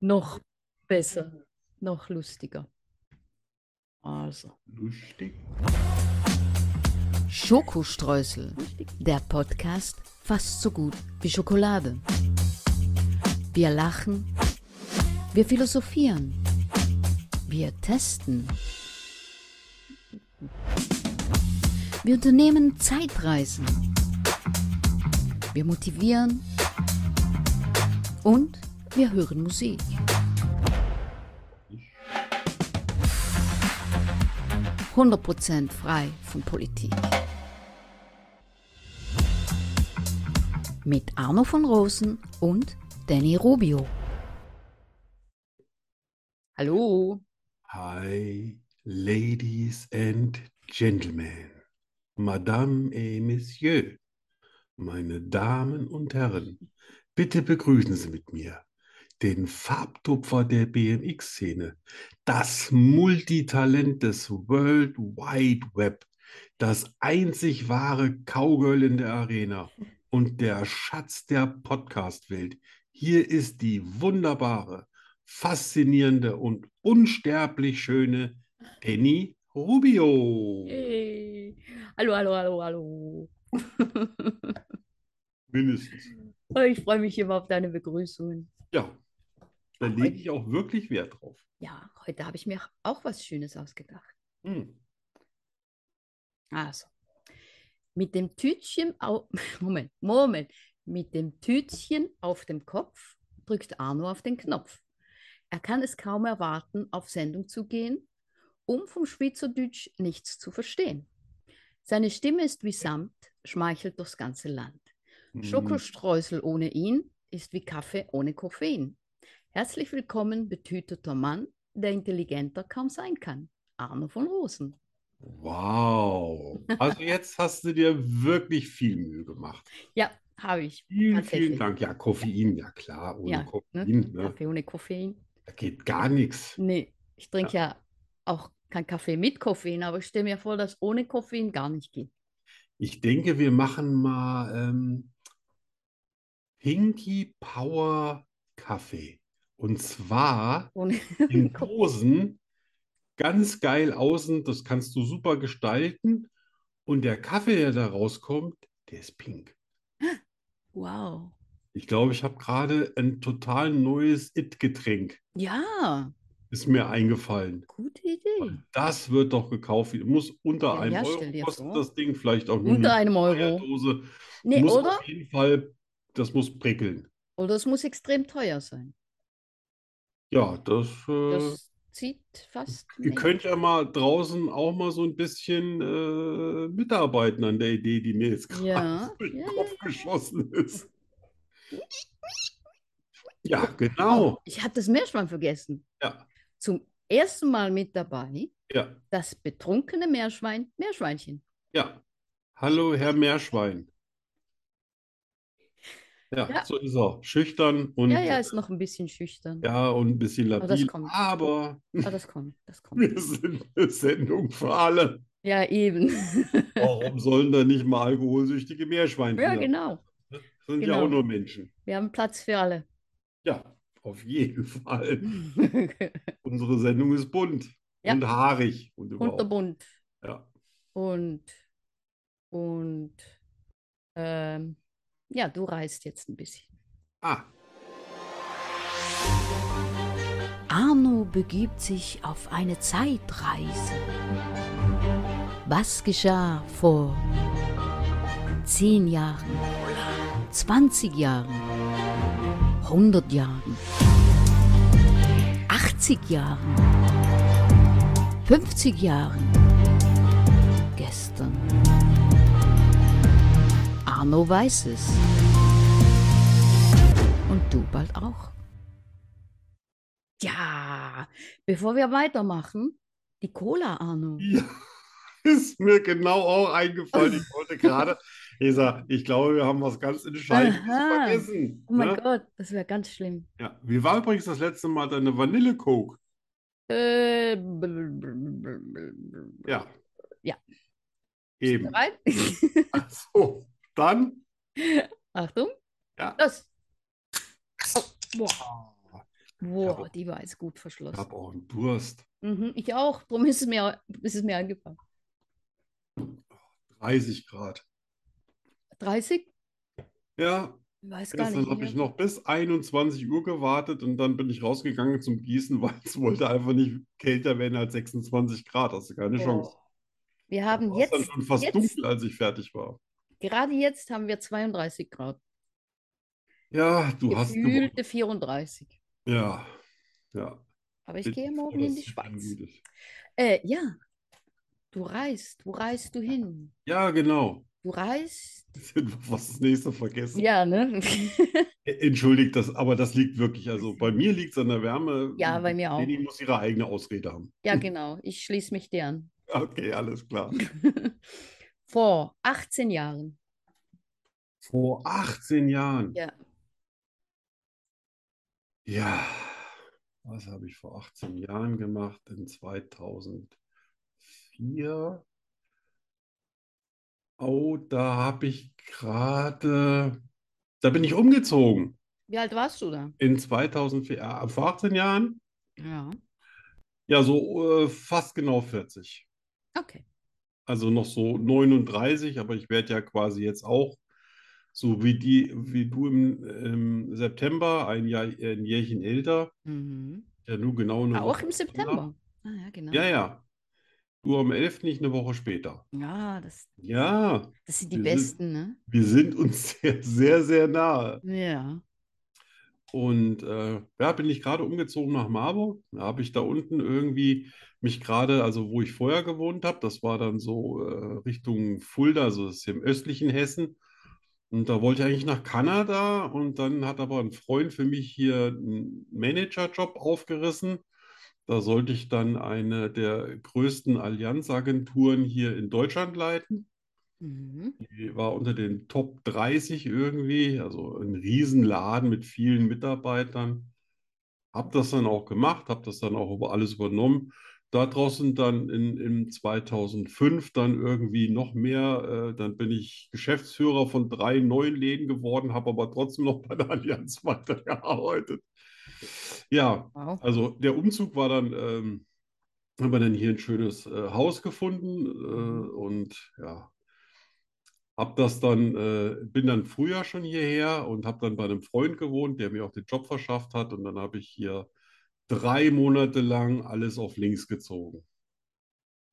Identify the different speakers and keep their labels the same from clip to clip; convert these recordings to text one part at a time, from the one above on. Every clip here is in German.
Speaker 1: Noch besser, noch lustiger. Also.
Speaker 2: Lustig.
Speaker 3: Schokostreusel, der Podcast fast so gut wie Schokolade. Wir lachen, wir philosophieren, wir testen. Wir unternehmen Zeitreisen. Wir motivieren und wir hören Musik.
Speaker 2: Ich
Speaker 3: 100% frei von Politik. Mit Arno von Rosen und Danny Rubio.
Speaker 1: Hallo.
Speaker 2: Hi, Ladies and Gentlemen, Madame et Messieurs, meine Damen und Herren, bitte begrüßen Sie mit mir den Farbtupfer der BMX-Szene, das Multitalent des World Wide Web, das einzig wahre Cowgirl in der Arena und der Schatz der Podcast-Welt. Hier ist die wunderbare, faszinierende und unsterblich schöne Danny Rubio.
Speaker 1: Hey. Hallo, hallo, hallo, hallo.
Speaker 2: Mindestens.
Speaker 1: Oh, ich freue mich immer auf deine Begrüßungen.
Speaker 2: Ja, da lege ich auch wirklich Wert drauf.
Speaker 1: Ja, heute habe ich mir auch was Schönes ausgedacht.
Speaker 2: Hm.
Speaker 1: Also, mit dem Tütchen auf. Moment, Moment. Mit dem Tütchen auf dem Kopf drückt Arno auf den Knopf. Er kann es kaum erwarten, auf Sendung zu gehen, um vom Schweizerdeutsch nichts zu verstehen. Seine Stimme ist wie Samt, schmeichelt durchs ganze Land.
Speaker 2: Hm.
Speaker 1: Schokostreusel ohne ihn ist wie Kaffee ohne Koffein. Herzlich willkommen, betüteter Mann, der intelligenter kaum sein kann. Arno von Rosen.
Speaker 2: Wow. Also jetzt hast du dir wirklich viel Mühe gemacht.
Speaker 1: Ja, habe ich.
Speaker 2: Vielen, vielen
Speaker 1: Tatsächlich.
Speaker 2: Dank. Ja, Koffein, ja klar, ohne
Speaker 1: Ja, ne?
Speaker 2: Koffein, ne?
Speaker 1: Kaffee ohne Koffein.
Speaker 2: Da geht gar nichts.
Speaker 1: Nee, ich trinke ja. auch keinen Kaffee mit Koffein, aber ich stelle mir vor, dass ohne Koffein gar nicht geht.
Speaker 2: Ich denke, wir machen mal ähm, Pinky Power Kaffee. Und zwar
Speaker 1: Ohne
Speaker 2: in Dosen, ganz geil außen, das kannst du super gestalten. Und der Kaffee, der da rauskommt, der ist pink.
Speaker 1: wow.
Speaker 2: Ich glaube, ich habe gerade ein total neues It-Getränk,
Speaker 1: Ja,
Speaker 2: ist mir eingefallen.
Speaker 1: gute Idee.
Speaker 2: Und das wird doch gekauft. Muss unter
Speaker 1: Ja,
Speaker 2: einem
Speaker 1: ja,
Speaker 2: Euro
Speaker 1: stell dir
Speaker 2: kosten,
Speaker 1: vor.
Speaker 2: das Ding, vielleicht auch nur
Speaker 1: Unter
Speaker 2: eine
Speaker 1: einem Euro.
Speaker 2: Dose.
Speaker 1: Nee,
Speaker 2: Muss
Speaker 1: oder?
Speaker 2: auf jeden Fall, das muss prickeln.
Speaker 1: Oder es muss extrem teuer sein.
Speaker 2: Ja, das, äh,
Speaker 1: Das zieht fast.
Speaker 2: ihr
Speaker 1: mehr.
Speaker 2: könnt ja mal draußen auch mal so ein bisschen äh, mitarbeiten an der Idee, die mir jetzt gerade
Speaker 1: Ja,
Speaker 2: so in den
Speaker 1: ja, ja,
Speaker 2: Kopf geschossen ist. Ja, genau.
Speaker 1: Oh. Ich habe das Meerschwein vergessen.
Speaker 2: Ja,
Speaker 1: Zum ersten Mal mit dabei
Speaker 2: ja,
Speaker 1: das betrunkene Meerschwein, Meerschweinchen.
Speaker 2: ja. Hallo, Herr Meerschwein. Ja,
Speaker 1: Ja.
Speaker 2: so ist er. Schüchtern und
Speaker 1: Ja, ja, ist noch ein bisschen schüchtern.
Speaker 2: Ja, und ein bisschen
Speaker 1: Aber das
Speaker 2: labil,
Speaker 1: kommt.
Speaker 2: aber
Speaker 1: Aber das kommt, das kommt.
Speaker 2: wir sind eine Sendung für alle.
Speaker 1: Ja, eben.
Speaker 2: Warum sollen da nicht mal alkoholsüchtige Meerschweinchen
Speaker 1: Ja,
Speaker 2: sein?
Speaker 1: genau.
Speaker 2: Sind ja auch
Speaker 1: genau.
Speaker 2: nur Menschen.
Speaker 1: Wir haben Platz für alle.
Speaker 2: Ja, auf jeden Fall. Unsere Sendung ist bunt
Speaker 1: Mhm. Ja.
Speaker 2: und haarig und überhaupt.
Speaker 1: Kunterbunt
Speaker 2: Ja.
Speaker 1: und und ähm, ja, du reist jetzt ein bisschen.
Speaker 2: Ah,
Speaker 3: Arno begibt sich auf eine Zeitreise. Was geschah vor 10 Jahren, 20 Jahren, 100 Jahren, 80 Jahren, 50 Jahren, gestern? Arno weiß es. Und du bald auch.
Speaker 1: Ja, bevor wir weitermachen, die Cola, Arno.
Speaker 2: ja. Ist mir genau auch eingefallen. Ich wollte gerade, ich sag, ich glaube, wir haben was ganz Entscheidendes
Speaker 1: Aha.
Speaker 2: vergessen.
Speaker 1: Oh mein
Speaker 2: ne?
Speaker 1: Gott, das wäre ganz schlimm.
Speaker 2: Ja. Wie war übrigens das letzte Mal deine Vanille-Coke?
Speaker 1: Äh, bl- bl- bl- bl- bl- bl-
Speaker 2: Ja.
Speaker 1: Ja.
Speaker 2: Eben.
Speaker 1: Bereit?
Speaker 2: Also, dann.
Speaker 1: Achtung.
Speaker 2: Ja.
Speaker 1: Los. Boah,
Speaker 2: aber-
Speaker 1: die war jetzt gut
Speaker 2: Ich
Speaker 1: verschlossen.
Speaker 2: habe auch einen Durst.
Speaker 1: Mhm, ich auch. Darum ist es mir, ist es mir eingefallen.
Speaker 2: 30 Grad.
Speaker 1: 30?
Speaker 2: Ja,
Speaker 1: Ich weiß gar
Speaker 2: gestern
Speaker 1: nicht
Speaker 2: habe ich
Speaker 1: mehr.
Speaker 2: noch bis 21 Uhr gewartet und dann bin ich rausgegangen zum Gießen, weil es wollte einfach nicht kälter werden als 26 Grad. Hast du keine Chance.
Speaker 1: Boah. Wir haben
Speaker 2: War es dann
Speaker 1: jetzt,
Speaker 2: schon fast
Speaker 1: jetzt-
Speaker 2: dunkel, als ich fertig war.
Speaker 1: gerade jetzt haben wir 32 Grad.
Speaker 2: Ja, du hast gewonnen.
Speaker 1: Gefühlte 34.
Speaker 2: Ja, ja.
Speaker 1: Aber ich
Speaker 2: Bin
Speaker 1: gehe
Speaker 2: froh,
Speaker 1: morgen
Speaker 2: dass
Speaker 1: in die
Speaker 2: es dann
Speaker 1: Schweiz.
Speaker 2: gut ist.
Speaker 1: Äh, ja. Du reist. Wo reist du hin?
Speaker 2: Ja, genau.
Speaker 1: Du reist.
Speaker 2: Was das nächste vergessen. Äh,
Speaker 1: Ja, ne?
Speaker 2: Entschuldigt das, aber das liegt wirklich, also bei mir liegt es an der Wärme.
Speaker 1: Ja, bei mir auch.
Speaker 2: Leni muss ihre eigene Ausrede haben.
Speaker 1: Ja, genau. Ich schließe mich dir an.
Speaker 2: Okay, alles klar.
Speaker 1: Vor 18 Jahren.
Speaker 2: Vor 18 Jahren.
Speaker 1: Ja.
Speaker 2: Ja, was habe ich vor 18 Jahren gemacht? In 2004. Oh, da habe ich gerade, da bin ich umgezogen.
Speaker 1: Wie alt warst du da?
Speaker 2: In 2004, ah, vor 18 Jahren?
Speaker 1: Ja.
Speaker 2: Ja, so äh, fast genau 40.
Speaker 1: Okay.
Speaker 2: Also noch so 39, aber ich werde ja quasi jetzt auch, so wie die, wie du im, im September, ein Jahr, ein Jährchen älter,
Speaker 1: Mhm.
Speaker 2: ja nur genau eine
Speaker 1: Auch
Speaker 2: Woche
Speaker 1: im September. Ah, ja, genau.
Speaker 2: Ja, ja. Du am 11. nicht eine Woche später.
Speaker 1: Ja, das,
Speaker 2: Ja,
Speaker 1: das sind die
Speaker 2: Wir sind-
Speaker 1: Besten, ne?
Speaker 2: wir sind uns sehr, sehr, sehr nahe.
Speaker 1: Ja.
Speaker 2: Und äh, ja, bin ich gerade umgezogen nach Marburg. Da habe ich da unten irgendwie mich gerade, also wo ich vorher gewohnt habe, das war dann so äh, Richtung Fulda, also das ist im östlichen Hessen. Und da wollte ich eigentlich nach Kanada und dann hat aber ein Freund für mich hier einen Managerjob aufgerissen. Da sollte ich dann eine der größten Allianzagenturen hier in Deutschland leiten.
Speaker 1: Mhm.
Speaker 2: Die war unter den Top 30 irgendwie, also ein Riesenladen mit vielen Mitarbeitern. Hab das dann auch gemacht, hab das dann auch über alles übernommen. Daraus sind dann in, in 2005 dann irgendwie noch mehr, äh, dann bin ich Geschäftsführer von drei neuen Läden geworden, habe aber trotzdem noch bei der Allianz weitergearbeitet. Ja,
Speaker 1: Wow.
Speaker 2: also der Umzug war dann, ähm, haben wir dann hier ein schönes äh, Haus gefunden äh, und ja, hab das dann, äh, bin dann früher schon hierher und habe dann bei einem Freund gewohnt, der mir auch den Job verschafft hat und dann habe ich hier drei Monate lang alles auf links gezogen.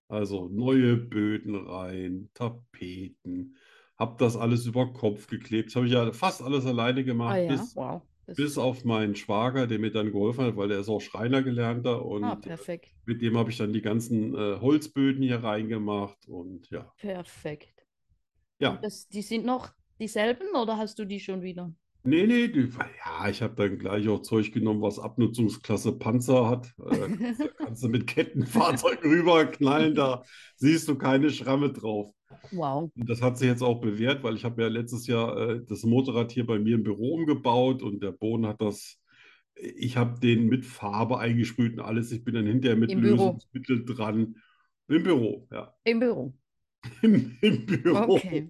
Speaker 2: Also neue Böden rein, Tapeten, hab das alles über Kopf geklebt. Das habe ich ja fast alles alleine
Speaker 1: Ah
Speaker 2: gemacht,
Speaker 1: ja,
Speaker 2: bis,
Speaker 1: wow. Das
Speaker 2: bis auf meinen Schwager, der mir dann geholfen hat, weil der ist auch Schreiner gelernter und
Speaker 1: ah, perfekt.
Speaker 2: mit dem habe ich dann die ganzen äh, Holzböden hier reingemacht und ja.
Speaker 1: Perfekt.
Speaker 2: Ja,
Speaker 1: Und das, die sind noch dieselben oder hast du die schon wieder?
Speaker 2: nee, nee, die, ja, ich habe dann gleich auch Zeug genommen, was Abnutzungsklasse Panzer hat. Äh, kannst du mit Kettenfahrzeug rüberknallen, da siehst du keine Schramme drauf.
Speaker 1: Wow.
Speaker 2: Und das hat sich jetzt auch bewährt, weil ich habe ja letztes Jahr äh, das Motorrad hier bei mir im Büro umgebaut und der Boden hat das, ich habe den mit Farbe eingesprüht und alles. Ich bin dann hinterher mit
Speaker 1: Im Büro.
Speaker 2: Lösungsmittel dran. Im Büro, ja.
Speaker 1: Im Büro.
Speaker 2: Im, im Büro.
Speaker 1: Okay.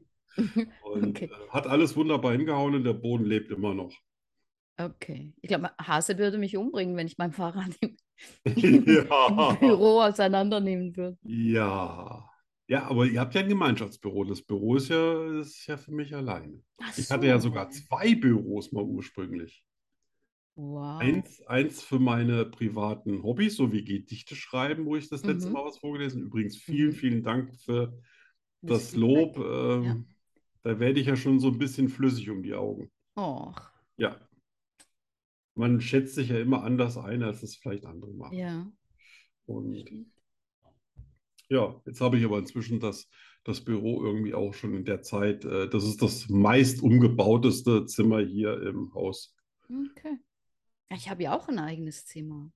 Speaker 2: Und
Speaker 1: Okay.
Speaker 2: äh, hat alles wunderbar hingehauen und der Boden lebt immer noch.
Speaker 1: Okay. Ich glaube, Hase würde mich umbringen, wenn ich mein Fahrrad im, im
Speaker 2: Ja.
Speaker 1: Büro auseinandernehmen würde.
Speaker 2: Ja. Ja, aber ihr habt ja ein Gemeinschaftsbüro. Das Büro ist ja, ist ja für mich alleine.
Speaker 1: Ach
Speaker 2: Ich hatte ja
Speaker 1: so.
Speaker 2: sogar zwei Büros mal ursprünglich.
Speaker 1: Wow.
Speaker 2: Eins, eins für meine privaten Hobbys, so wie geht Dichte schreiben, wo ich das letzte
Speaker 1: Mhm.
Speaker 2: Mal was vorgelesen. Übrigens, vielen,
Speaker 1: Mhm.
Speaker 2: vielen Dank für
Speaker 1: Das
Speaker 2: das
Speaker 1: Feedback.
Speaker 2: Lob. Ähm, da werde ich ja schon so ein bisschen flüssig um die Augen.
Speaker 1: Och,
Speaker 2: Ja. Man schätzt sich ja immer anders ein, als es vielleicht andere machen.
Speaker 1: ja.
Speaker 2: Und ja, jetzt habe ich aber inzwischen das, das Büro irgendwie auch schon in der Zeit. Äh, das ist das meist umgebauteste Zimmer hier im Haus.
Speaker 1: Okay. Ich habe ja auch ein eigenes Zimmer.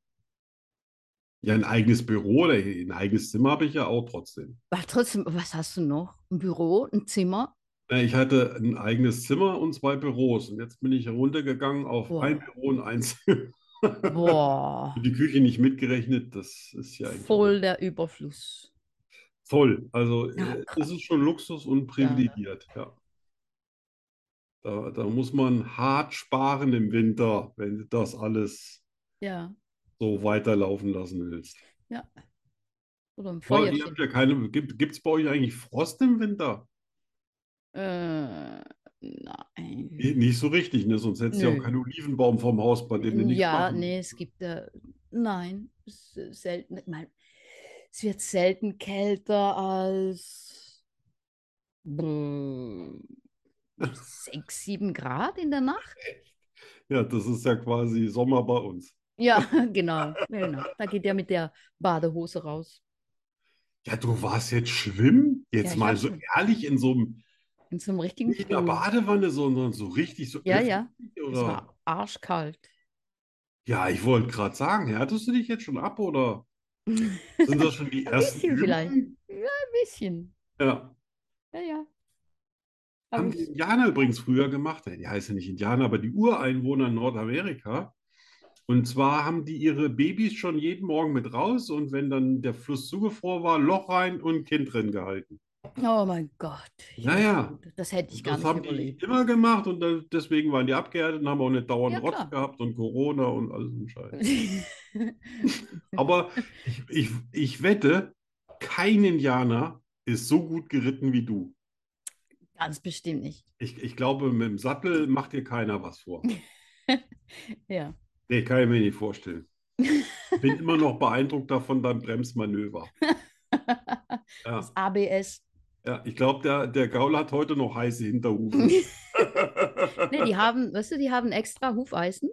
Speaker 2: Ja, ein eigenes Büro oder ein eigenes Zimmer habe ich ja auch trotzdem.
Speaker 1: Aber trotzdem, was hast du noch? Ein Büro, ein Zimmer?
Speaker 2: Na, Äh, Ich hatte ein eigenes Zimmer und zwei Büros. Und jetzt bin ich runtergegangen auf
Speaker 1: Boah.
Speaker 2: ein Büro und eins.
Speaker 1: Boah,
Speaker 2: Die Küche nicht mitgerechnet, das ist ja eigentlich
Speaker 1: voll der Überfluss.
Speaker 2: voll. Also
Speaker 1: Ja,
Speaker 2: äh,
Speaker 1: krass. ne?
Speaker 2: es ist schon Luxus und privilegiert, ja. Da, da muss man hart sparen im Winter, wenn du das alles
Speaker 1: Ja,
Speaker 2: so weiterlaufen lassen willst.
Speaker 1: ja. Oder ein
Speaker 2: Aber ihr
Speaker 1: Feuerchen.
Speaker 2: habt ja keine, gibt es bei euch eigentlich Frost im Winter?
Speaker 1: Äh, nein.
Speaker 2: Nicht so richtig, ne? Sonst hättest du ja
Speaker 1: Nö.
Speaker 2: auch keinen Olivenbaum vom Haus, bei dem du nichts
Speaker 1: Ja,
Speaker 2: machen
Speaker 1: nee, es gibt äh, nein, es ist selten. Ich mein, es wird selten kälter als brr, sechs, sieben Grad in der Nacht.
Speaker 2: Ja, das ist ja quasi Sommer bei uns.
Speaker 1: Ja, genau, genau. Da geht er mit der Badehose raus
Speaker 2: Ja, du warst jetzt schwimmen? Jetzt
Speaker 1: ich
Speaker 2: mal
Speaker 1: hab
Speaker 2: so
Speaker 1: schon.
Speaker 2: ehrlich in so einem,
Speaker 1: in so einem richtigen
Speaker 2: nicht in der
Speaker 1: Pool.
Speaker 2: Badewanne, sondern so richtig so
Speaker 1: Ja,
Speaker 2: öffentlich,
Speaker 1: ja, es
Speaker 2: oder?
Speaker 1: war arschkalt.
Speaker 2: Ja, ich wollte gerade sagen, härtest du dich jetzt schon ab oder sind das schon die
Speaker 1: Ein
Speaker 2: ersten
Speaker 1: bisschen vielleicht.
Speaker 2: Übungen?
Speaker 1: Ja, ein bisschen.
Speaker 2: Ja.
Speaker 1: Ja, ja. Aber
Speaker 2: Haben die
Speaker 1: ich,
Speaker 2: Indianer übrigens früher gemacht. äh, Die heißen nicht Indianer, aber die Ureinwohner in Nordamerika. Und zwar haben die ihre Babys schon jeden Morgen mit raus und wenn dann der Fluss zugefroren war, Loch rein und Kind drin gehalten.
Speaker 1: oh mein Gott, ich
Speaker 2: Ja,
Speaker 1: weiß
Speaker 2: ja.
Speaker 1: nicht, das hätte ich gar
Speaker 2: Ne?
Speaker 1: nicht
Speaker 2: Das haben die
Speaker 1: überlebt.
Speaker 2: immer gemacht und da- deswegen waren die abgehärtet und haben auch nicht dauernd
Speaker 1: Ja,
Speaker 2: Rotz
Speaker 1: klar.
Speaker 2: gehabt und Corona und alles und Scheiß. Aber ich, ich, ich wette, kein Indianer ist so gut geritten wie du.
Speaker 1: Ganz bestimmt nicht.
Speaker 2: Ich, ich glaube, mit dem Sattel macht dir keiner was vor.
Speaker 1: Ja.
Speaker 2: Nee, kann ich mir nicht vorstellen. Bin immer noch beeindruckt davon, dein Bremsmanöver. Ja,
Speaker 1: Das ABS.
Speaker 2: ja ich glaube, der, der Gaul hat heute noch heiße Hinterhufen.
Speaker 1: Ne, die haben, weißt du, die haben extra Hufeisen.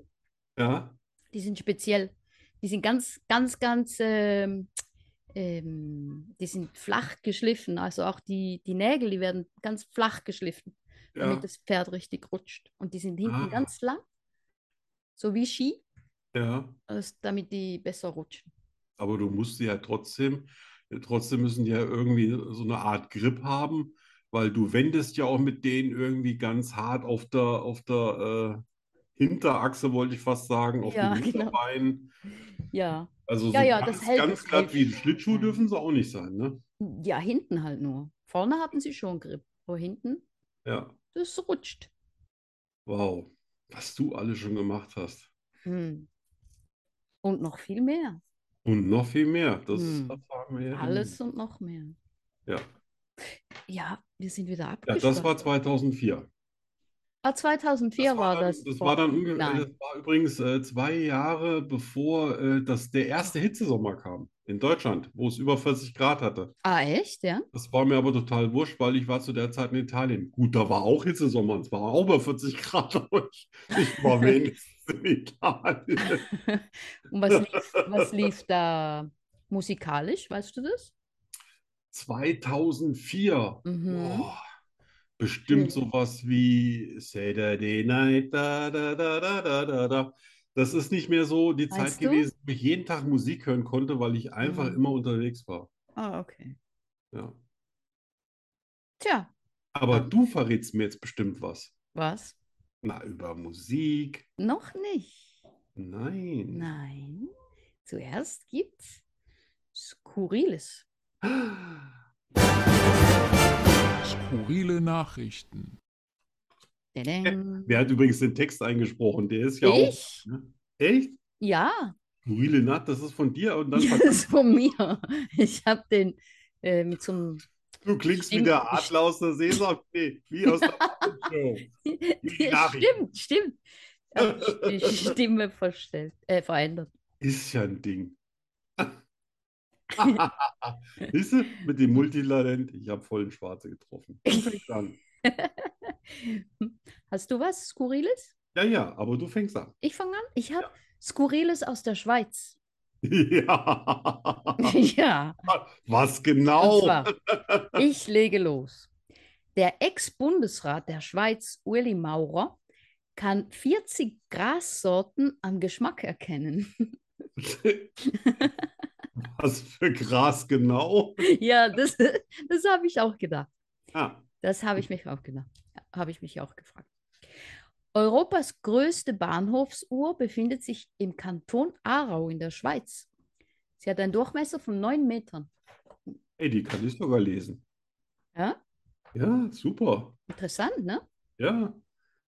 Speaker 2: Ja,
Speaker 1: Die sind speziell. Die sind ganz, ganz, ganz, ähm, ähm, die sind flach geschliffen. Also auch die, die Nägel, die werden ganz flach geschliffen, damit
Speaker 2: ja,
Speaker 1: das Pferd richtig rutscht. Und die sind hinten
Speaker 2: Ah.
Speaker 1: ganz lang, so wie Ski,
Speaker 2: ja.
Speaker 1: also damit die besser rutschen.
Speaker 2: Aber du musst sie ja trotzdem, trotzdem müssen die ja irgendwie so eine Art Grip haben, weil du wendest ja auch mit denen irgendwie ganz hart auf der, auf der äh, Hinterachse, wollte ich fast sagen, auf
Speaker 1: Ja,
Speaker 2: dem
Speaker 1: genau.
Speaker 2: Hinterbein.
Speaker 1: Ja,
Speaker 2: Also
Speaker 1: Ja,
Speaker 2: so
Speaker 1: ja, das
Speaker 2: ganz,
Speaker 1: hält, halt. Mhm.
Speaker 2: ganz
Speaker 1: das
Speaker 2: glatt
Speaker 1: hält.
Speaker 2: wie ein Schlittschuh
Speaker 1: Nein.
Speaker 2: dürfen sie auch nicht sein, ne?
Speaker 1: ja, hinten halt nur. Vorne hatten sie schon Grip, aber hinten,
Speaker 2: Ja,
Speaker 1: das rutscht.
Speaker 2: wow, was du alles schon gemacht hast.
Speaker 1: Hm. Und noch viel mehr.
Speaker 2: Und noch viel mehr. Das,
Speaker 1: Hm.
Speaker 2: das haben wir ja in-
Speaker 1: Alles und noch mehr.
Speaker 2: Ja.
Speaker 1: Ja, wir sind wieder
Speaker 2: Ja, das war
Speaker 1: abgeschweift.
Speaker 2: 2004.
Speaker 1: Ah, 2004
Speaker 2: Das
Speaker 1: war
Speaker 2: dann,
Speaker 1: das.
Speaker 2: das war dann unge-
Speaker 1: Nein.
Speaker 2: das war übrigens äh, zwei Jahre bevor äh, das, der erste Hitzesommer kam in Deutschland, wo es über 40 Grad hatte.
Speaker 1: Ah, echt? Ja?
Speaker 2: Das war mir aber total wurscht, weil ich war zu der Zeit in Italien. Gut, da war auch Hitzesommer und es war auch über 40 Grad, aber ich, ich war wenigstens in Italien.
Speaker 1: Und was lief, was lief da musikalisch, weißt du das?
Speaker 2: 2004.
Speaker 1: Mhm.
Speaker 2: Boah, bestimmt
Speaker 1: Schön.
Speaker 2: sowas wie Saturday Night, da, da, da, da, da, da, da. Das ist nicht mehr so die Zeit
Speaker 1: Meinst du?
Speaker 2: gewesen, wo ich jeden Tag Musik hören konnte, weil ich einfach
Speaker 1: Mhm.
Speaker 2: immer unterwegs war.
Speaker 1: Ah, okay.
Speaker 2: Ja.
Speaker 1: Tja,
Speaker 2: Aber du verrätst mir jetzt bestimmt was.
Speaker 1: was?
Speaker 2: Na, über Musik?
Speaker 1: Noch nicht.
Speaker 2: Nein.
Speaker 1: Nein. Zuerst gibt's Skurriles.
Speaker 4: Skurrile Nachrichten.
Speaker 1: Tadam.
Speaker 2: Wer hat übrigens den Text eingesprochen? Der ist ja auch.
Speaker 1: Ich?
Speaker 2: Echt?
Speaker 1: Ja,
Speaker 2: Skurrile Nacht, das ist von dir und dann
Speaker 1: das ist von mir. Ich habe den äh, mit so einem
Speaker 2: Du klingst wie
Speaker 1: Stimmt.
Speaker 2: der Adler aus der Sesam, nee, wie aus der Show. Nachrichten.
Speaker 1: Stimmt, stimmt. Ich hab die Stimme verstellt, äh, verändert.
Speaker 2: Ist ja ein Ding. Siehst du, mit dem Multitalent, ich habe voll den Schwarze getroffen. Du fängst an.
Speaker 1: Hast du was Skurriles?
Speaker 2: Ja, ja, aber du fängst an.
Speaker 1: Ich fange an. Ich habe Skurriles aus der Schweiz.
Speaker 2: Ja.
Speaker 1: Ja,
Speaker 2: Was
Speaker 1: und
Speaker 2: genau?
Speaker 1: zwar, ich lege los. Der Ex-Bundesrat der Schweiz, Ueli Maurer, kann 40 Grassorten am Geschmack erkennen.
Speaker 2: Was für Gras genau?
Speaker 1: Ja, das, das habe ich auch gedacht.
Speaker 2: Ah,
Speaker 1: Das habe ich mich auch gedacht. Habe ich mich auch gefragt. Europas größte Bahnhofsuhr befindet sich im Kanton Aarau in der Schweiz. Sie hat einen Durchmesser von neun Metern.
Speaker 2: ey, die kann ich sogar lesen.
Speaker 1: Ja?
Speaker 2: Ja, super.
Speaker 1: Interessant, ne?
Speaker 2: Ja.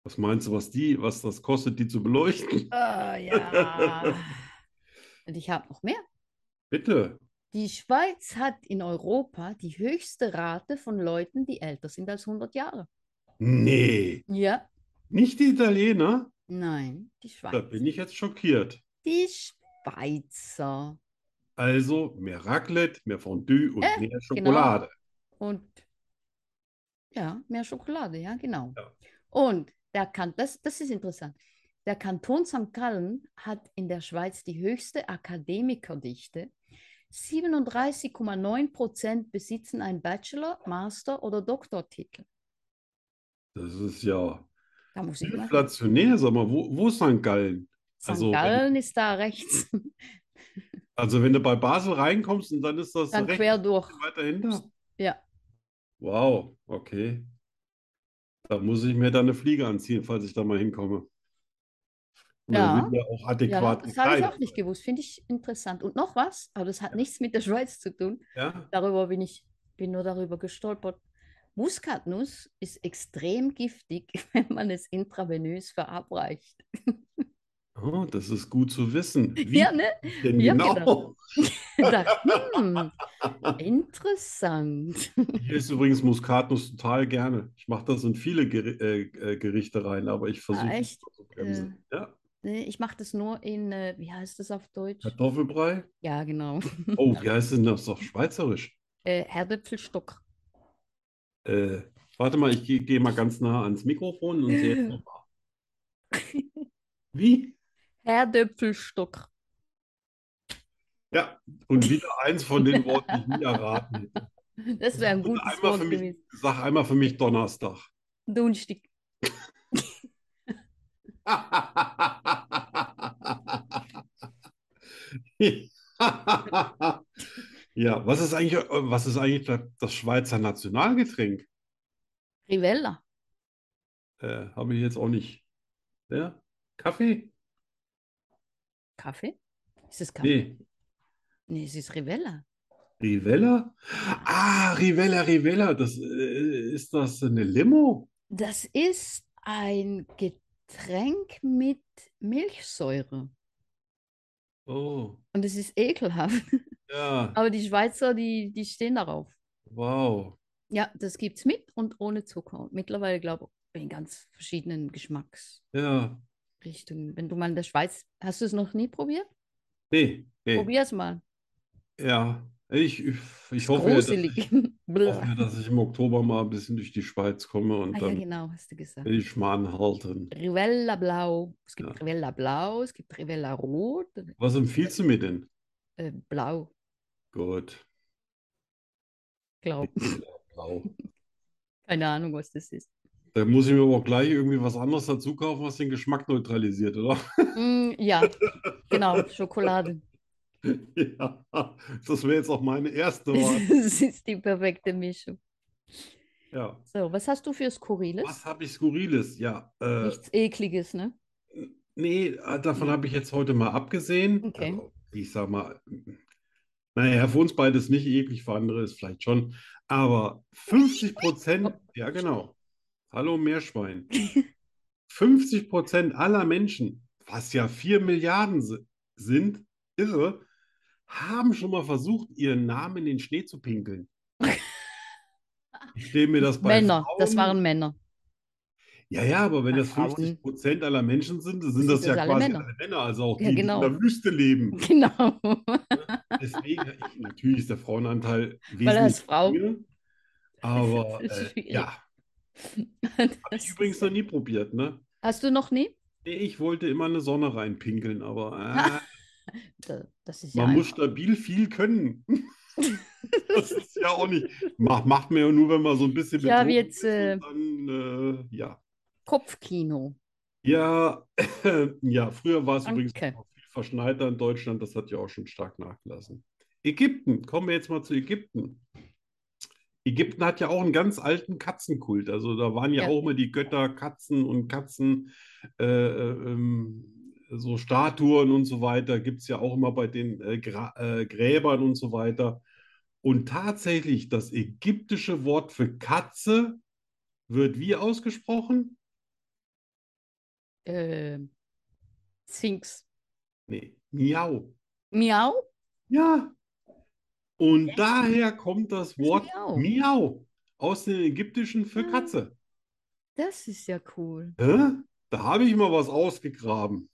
Speaker 2: Was meinst du, was die, was das kostet, die zu beleuchten?
Speaker 1: Ah, ja. Und ich habe noch mehr.
Speaker 2: Bitte.
Speaker 1: Die Schweiz hat in Europa die höchste Rate von Leuten, die älter sind als 100 Jahre.
Speaker 2: Nee,
Speaker 1: Ja,
Speaker 2: nicht die Italiener?
Speaker 1: nein, die
Speaker 2: Da
Speaker 1: Schweiz.
Speaker 2: bin ich jetzt schockiert.
Speaker 1: Die Schweizer.
Speaker 2: Also mehr Raclette, mehr Fondue und
Speaker 1: Äh,
Speaker 2: mehr Schokolade.
Speaker 1: Und ja, mehr Schokolade, ja, genau.
Speaker 2: Ja.
Speaker 1: Und der kan das, das ist interessant. Der Kanton St. Gallen hat in der Schweiz die höchste Akademikerdichte. 37,9 Prozent besitzen einen Bachelor, Master oder Doktortitel.
Speaker 2: Das ist ja
Speaker 1: Da muss ich mal.
Speaker 2: inflationär. Sag mal, wo, wo ist St. Gallen?
Speaker 1: St.
Speaker 2: also halt wenn-
Speaker 1: Gallen ist da rechts,
Speaker 2: Also wenn du bei Basel reinkommst und dann ist das
Speaker 1: dann
Speaker 2: rechts
Speaker 1: quer durch.
Speaker 2: weiter hinter?
Speaker 1: Ja.
Speaker 2: Wow, okay. Da muss ich mir dann eine Fliege anziehen, falls ich da mal hinkomme. Und dann
Speaker 1: Ja.
Speaker 2: sind wir auch
Speaker 1: Ja,
Speaker 2: adäquat
Speaker 1: das habe ich auch
Speaker 2: gekleidet.
Speaker 1: nicht gewusst. Finde ich interessant. Und noch was, aber das hat nichts mit der Schweiz zu tun.
Speaker 2: Ja?
Speaker 1: Darüber bin ich, bin nur darüber gestolpert. Muskatnuss ist extrem giftig, wenn man es intravenös verabreicht.
Speaker 2: Oh, das ist gut zu wissen. Wie
Speaker 1: Ja, ne?
Speaker 2: denn
Speaker 1: Ja,
Speaker 2: genau?
Speaker 1: Da, hm, interessant.
Speaker 2: Hier ist übrigens Muskatnuss total gerne. Ich mache das in viele Ger äh, äh, Gerichte rein, aber ich versuche
Speaker 1: Ah,
Speaker 2: es
Speaker 1: echt?
Speaker 2: zu bremsen. Ja.
Speaker 1: Ne, Ich mache das nur in, äh, wie heißt das auf Deutsch?
Speaker 2: Kartoffelbrei?
Speaker 1: Ja, genau.
Speaker 2: Oh, wie heißt denn das auf Schweizerisch?
Speaker 1: Äh, Herdöpfelstock.
Speaker 2: Äh, warte mal, ich gehe geh mal ganz nah ans Mikrofon und sehe jetzt nochmal. Wie?
Speaker 1: Herdöpfelstock.
Speaker 2: Ja, und wieder eins von den Worten, die ich nie erraten hätte.
Speaker 1: Das wäre ein
Speaker 2: Und
Speaker 1: gutes
Speaker 2: einmal
Speaker 1: Wort
Speaker 2: für mich,
Speaker 1: gewesen.
Speaker 2: sag einmal für mich Donnerstag.
Speaker 1: Dunstig.
Speaker 2: Ja, was ist eigentlich, äh, was ist eigentlich das- das Schweizer Nationalgetränk?
Speaker 1: Rivella.
Speaker 2: Äh, habe ich jetzt auch nicht. Ja? Kaffee?
Speaker 1: Kaffee? Ist es Kaffee?
Speaker 2: Nee.
Speaker 1: Nee, es ist Rivella.
Speaker 2: Rivella? Ah, Rivella, Rivella, das äh, ist das eine Limo?
Speaker 1: Das ist ein Getränk mit Milchsäure.
Speaker 2: Oh,
Speaker 1: Und es ist ekelhaft.
Speaker 2: ja,
Speaker 1: Aber die Schweizer, die, die stehen darauf.
Speaker 2: wow.
Speaker 1: Ja, das gibt's mit und ohne Zucker. Und mittlerweile, glaube ich, in ganz verschiedenen Geschmacksrichtungen.
Speaker 2: Ja,
Speaker 1: Wenn du mal in der Schweiz, hast du es noch nie probiert?
Speaker 2: nee, nee,
Speaker 1: Probier es mal.
Speaker 2: ja. Ich, ich, ich hoffe ja, dass ich,
Speaker 1: Gruselig. Blah.
Speaker 2: hoffe ja, dass ich im Oktober mal ein bisschen durch die Schweiz komme und
Speaker 1: Ah, ja,
Speaker 2: dann
Speaker 1: genau, hast du gesagt.
Speaker 2: will ich Schmarrn halten.
Speaker 1: Rivella Blau. Es gibt
Speaker 2: Ja.
Speaker 1: Rivella Blau, es gibt Rivella Rot.
Speaker 2: Was empfiehlst du mir denn?
Speaker 1: Äh, Blau,
Speaker 2: Gut,
Speaker 1: glaube ich.
Speaker 2: blau.
Speaker 1: Keine Ahnung, was das ist.
Speaker 2: Da muss ich mir aber auch gleich irgendwie was anderes dazu kaufen, was den Geschmack neutralisiert, oder?
Speaker 1: Mm, ja, genau, Schokolade.
Speaker 2: Ja, das wäre jetzt auch meine erste Wahl.
Speaker 1: Das ist die perfekte Mischung.
Speaker 2: Ja.
Speaker 1: So, was hast du für Skurriles?
Speaker 2: Was habe ich Skurriles? Ja, äh,
Speaker 1: Nichts Ekliges, ne?
Speaker 2: nee, äh, davon habe ich jetzt heute mal abgesehen.
Speaker 1: Okay.
Speaker 2: Also, ich sag mal, naja, für uns beide ist nicht eklig, für andere ist vielleicht schon. Aber 50 Prozent, ja genau. Hallo Meerschwein. 50 Prozent aller Menschen, was ja 4 Milliarden si- sind, irre, haben schon mal versucht, ihren Namen in den Schnee zu pinkeln. Ich stelle mir das bei
Speaker 1: Männer, das
Speaker 2: Frauen-
Speaker 1: waren Männer.
Speaker 2: Ja, ja, aber wenn
Speaker 1: Bei
Speaker 2: das 50 Prozent aller Menschen sind, sind
Speaker 1: Sind
Speaker 2: das
Speaker 1: das
Speaker 2: ja
Speaker 1: alle
Speaker 2: quasi
Speaker 1: Männer.
Speaker 2: alle Männer, also auch
Speaker 1: Ja,
Speaker 2: die, die in
Speaker 1: genau.
Speaker 2: der Wüste leben.
Speaker 1: Genau.
Speaker 2: Deswegen, ich, natürlich ist der Frauenanteil
Speaker 1: Weil als
Speaker 2: wesentlich
Speaker 1: Frau-
Speaker 2: höher, aber
Speaker 1: Das ist
Speaker 2: äh,
Speaker 1: schwierig.
Speaker 2: ja, habe
Speaker 1: Das
Speaker 2: ich übrigens
Speaker 1: ist-
Speaker 2: noch nie probiert, ne?
Speaker 1: Hast du noch nie?
Speaker 2: Nee, ich wollte immer eine Sonne reinpinkeln, aber äh,
Speaker 1: Da- Das ist ja
Speaker 2: man muss
Speaker 1: einfach.
Speaker 2: stabil viel können. Das ist ja auch nicht, macht, macht man ja nur, wenn man so ein bisschen
Speaker 1: Ich habe
Speaker 2: betrunken
Speaker 1: jetzt, äh,
Speaker 2: ist und dann, äh, ja.
Speaker 1: Kopfkino.
Speaker 2: Ja, ja, früher war es übrigens
Speaker 1: Danke.
Speaker 2: noch viel verschneiter in Deutschland, das hat ja auch schon stark nachgelassen. Ägypten, kommen wir jetzt mal zu Ägypten. Ägypten hat ja auch einen ganz alten Katzenkult, also da waren ja
Speaker 1: Ja.
Speaker 2: auch immer die Götter, Katzen und Katzen, äh, ähm, so Statuen und so weiter, gibt es ja auch immer bei den äh, Gra äh, Gräbern und so weiter. Und tatsächlich, das ägyptische Wort für Katze wird wie ausgesprochen?
Speaker 1: Äh, Sphinx.
Speaker 2: Nee, Miau.
Speaker 1: Miau?
Speaker 2: Ja. Und daher kommt das Wort
Speaker 1: Miau. Ah.
Speaker 2: Miau aus dem Ägyptischen für
Speaker 1: Ja.
Speaker 2: Katze.
Speaker 1: Das ist ja cool.
Speaker 2: Hä? Da habe ich mal was ausgegraben.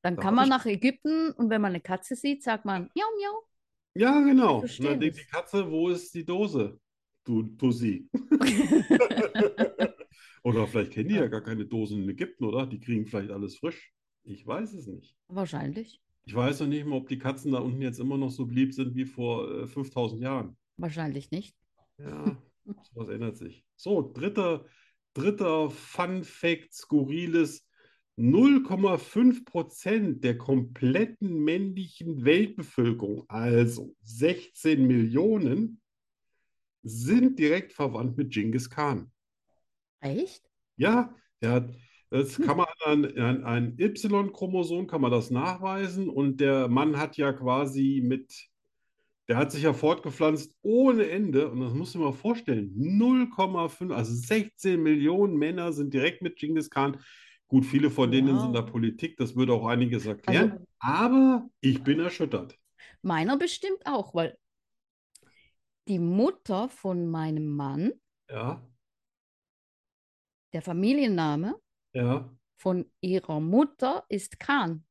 Speaker 1: Dann
Speaker 2: Da
Speaker 1: kann
Speaker 2: hab
Speaker 1: man
Speaker 2: ich-
Speaker 1: nach Ägypten und wenn man eine Katze sieht, sagt man miau, miau.
Speaker 2: Ja, genau. Und
Speaker 1: verstehe
Speaker 2: dann denkt
Speaker 1: das.
Speaker 2: die Katze, wo ist die Dose? Du Tussi. Oder vielleicht kennen die ja gar keine Dosen in Ägypten, oder? Die kriegen vielleicht alles frisch. Ich weiß es nicht.
Speaker 1: Wahrscheinlich.
Speaker 2: Ich weiß noch nicht mal, ob die Katzen da unten jetzt immer noch so beliebt sind wie vor äh, 5000 Jahren.
Speaker 1: Wahrscheinlich nicht.
Speaker 2: Ja, sowas ändert sich. So, dritter, dritter Fun Fact, skurriles. 0,5% der kompletten männlichen Weltbevölkerung, also 16 Millionen, sind direkt verwandt mit Genghis Khan.
Speaker 1: Echt?
Speaker 2: Ja, der hat, das kann man an, an, an Y-Chromosom kann man das nachweisen und der Mann hat ja quasi mit, der hat sich ja fortgepflanzt ohne Ende und das musst du dir mal vorstellen, 0,5, also 16 Millionen Männer sind direkt mit Genghis Khan. Gut, viele von denen sind in der
Speaker 1: Wow.
Speaker 2: Politik, das würde auch einiges erklären,
Speaker 1: Also
Speaker 2: aber ich bin erschüttert.
Speaker 1: meiner bestimmt auch, weil die Mutter von meinem Mann,
Speaker 2: Ja,
Speaker 1: der Familienname
Speaker 2: ja.
Speaker 1: von ihrer Mutter ist Khan.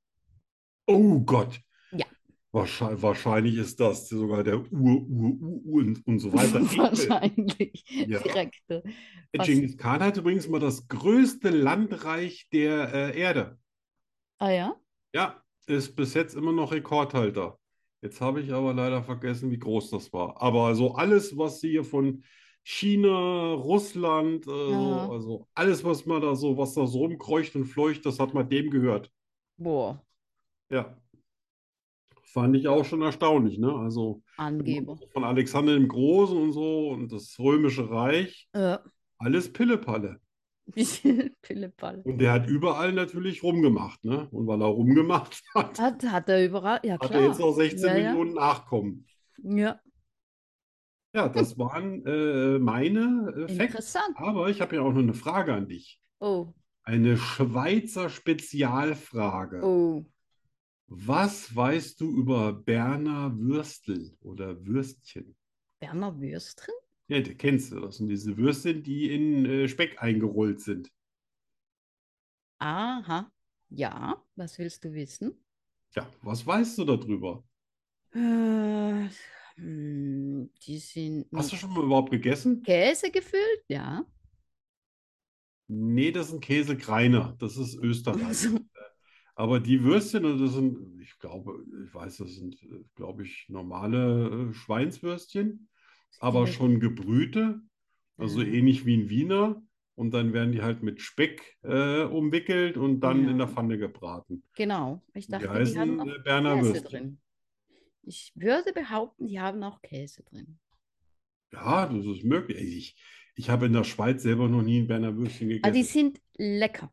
Speaker 2: Oh Gott.
Speaker 1: Ja.
Speaker 2: Wahrscheinlich, wahrscheinlich ist das sogar der Ur, Ur, Ur, Ur und, und so weiter. Enkel.
Speaker 1: Wahrscheinlich.
Speaker 2: Ja.
Speaker 1: Direkte. Was-
Speaker 2: Genghis Khan hat übrigens mal das größte Landreich der äh, Erde.
Speaker 1: Ah ja?
Speaker 2: Ja, ist bis jetzt immer noch Rekordhalter. Jetzt habe ich aber leider vergessen, wie groß das war. Aber so alles, was sie hier von China, Russland, äh,
Speaker 1: Ja.
Speaker 2: so, also alles, was man da so, was da so rumkreucht und fleucht, das hat man dem gehört.
Speaker 1: Boah,
Speaker 2: Ja. Fand ich auch schon erstaunlich, ne? Also
Speaker 1: Angeber.
Speaker 2: von Alexander dem Großen und so und das Römische Reich,
Speaker 1: Ja.
Speaker 2: alles Pillepalle.
Speaker 1: Pillepalle.
Speaker 2: Und der hat überall natürlich rumgemacht, ne? Und weil er rumgemacht hat,
Speaker 1: Hat, hat er überall, ja
Speaker 2: hat er jetzt
Speaker 1: klar.
Speaker 2: noch 16
Speaker 1: Ja, ja.
Speaker 2: Millionen Nachkommen.
Speaker 1: Ja,
Speaker 2: Ja, das waren äh, meine äh, Facts.
Speaker 1: interessant.
Speaker 2: Aber ich habe ja auch noch eine Frage an dich.
Speaker 1: Oh,
Speaker 2: Eine Schweizer Spezialfrage.
Speaker 1: oh.
Speaker 2: Was weißt du über Berner Würstel oder Würstchen?
Speaker 1: Berner Würstchen?
Speaker 2: Ja, die kennst du, das sind diese Würstchen, die in äh, Speck eingerollt sind.
Speaker 1: Aha. Ja, was willst du wissen?
Speaker 2: Ja, was weißt du darüber?
Speaker 1: Äh, hm, die sind
Speaker 2: Hast du
Speaker 1: mit
Speaker 2: schon mal überhaupt gegessen?
Speaker 1: Käse gefüllt? Ja.
Speaker 2: Nee, das sind Käsekreiner, das ist Österreich.
Speaker 1: Also,
Speaker 2: Aber die Würstchen, also das sind, ich glaube, ich weiß, das sind, äh, glaube ich, normale äh, Schweinswürstchen, aber
Speaker 1: die-
Speaker 2: schon gebrühte, also
Speaker 1: Ja.
Speaker 2: ähnlich wie ein Wiener. Und dann werden die halt mit Speck äh, umwickelt und dann in
Speaker 1: Ja.
Speaker 2: der Pfanne gebraten.
Speaker 1: Genau. Ich
Speaker 2: Die
Speaker 1: dachte, die
Speaker 2: heißen
Speaker 1: haben
Speaker 2: äh,
Speaker 1: auch
Speaker 2: Berner
Speaker 1: Käse
Speaker 2: Würstchen.
Speaker 1: drin. Ich würde behaupten, die haben auch Käse drin.
Speaker 2: Ja, das ist möglich. Ich, ich habe in der Schweiz selber noch nie ein Berner Würstchen
Speaker 1: Aber Ah, die
Speaker 2: gegessen.
Speaker 1: sind lecker.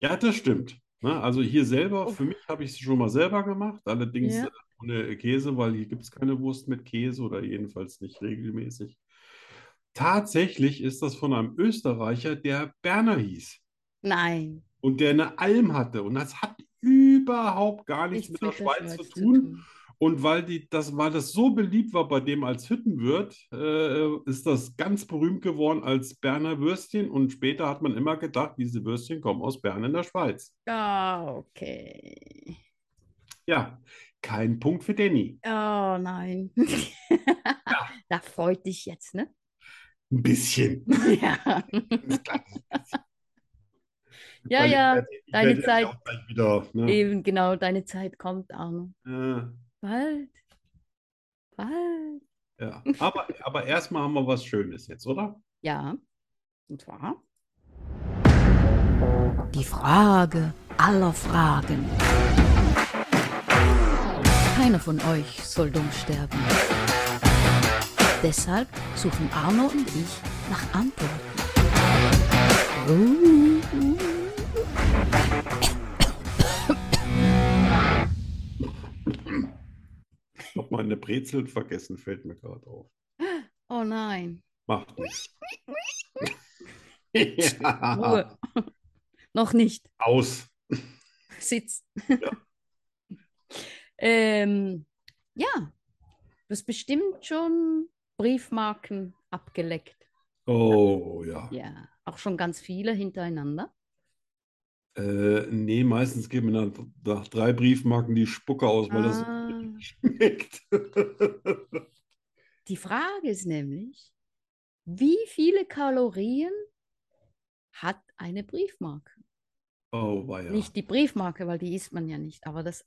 Speaker 2: Ja, das stimmt. Ne? Also hier selber,
Speaker 1: Oh.
Speaker 2: für mich habe ich es schon mal selber gemacht, allerdings
Speaker 1: Ja.
Speaker 2: äh, ohne Käse, weil hier gibt es keine Wurst mit Käse oder jedenfalls nicht regelmäßig. Tatsächlich ist das von einem Österreicher, der Berner hieß
Speaker 1: Nein,
Speaker 2: und der eine Alm hatte. Und das hat überhaupt gar nichts
Speaker 1: nichts
Speaker 2: mit
Speaker 1: mit
Speaker 2: der
Speaker 1: der
Speaker 2: Schweiz zu
Speaker 1: Schweiz zu
Speaker 2: tun.
Speaker 1: tun.
Speaker 2: Und weil, die, das, weil das so beliebt war bei dem als Hüttenwirt, äh, ist das ganz berühmt geworden als Berner Würstchen. Und später hat man immer gedacht, diese Würstchen kommen aus Bern in der Schweiz.
Speaker 1: Ah, okay.
Speaker 2: Ja, kein Punkt für Danny.
Speaker 1: Oh nein. Da freut dich jetzt, ne?
Speaker 2: Ein bisschen.
Speaker 1: Ja.
Speaker 2: Ein kleines bisschen.
Speaker 1: Ja,
Speaker 2: Weil ich
Speaker 1: ja,
Speaker 2: werd- ich
Speaker 1: deine
Speaker 2: werd jetzt ja
Speaker 1: Zeit.
Speaker 2: auch gleich wieder, ne?
Speaker 1: Eben genau, deine Zeit kommt, Arno.
Speaker 2: Äh,
Speaker 1: Bald. Bald.
Speaker 2: ja. Aber, aber erstmal haben wir was Schönes jetzt, oder?
Speaker 1: Ja. Und zwar,
Speaker 3: Die Frage aller Fragen. Keiner von euch soll dumm sterben. Deshalb suchen Arno und ich nach Antworten.
Speaker 2: Ich habe meine Brezeln vergessen, fällt mir gerade auf.
Speaker 1: oh nein.
Speaker 2: Macht nichts. Ja,
Speaker 1: Ruhe. Noch nicht.
Speaker 2: aus.
Speaker 1: Sitz. Ähm, ja, du hast bestimmt schon Briefmarken abgeleckt.
Speaker 2: Oh ja.
Speaker 1: Ja, auch schon ganz viele hintereinander.
Speaker 2: Äh, nee, meistens geben mir dann nach drei Briefmarken die Spucke aus, weil das
Speaker 1: Ah,
Speaker 2: schmeckt.
Speaker 1: die Frage ist nämlich, wie viele Kalorien hat eine Briefmarke?
Speaker 2: Oh weia.
Speaker 1: Nicht die Briefmarke, weil die isst man ja nicht, aber das,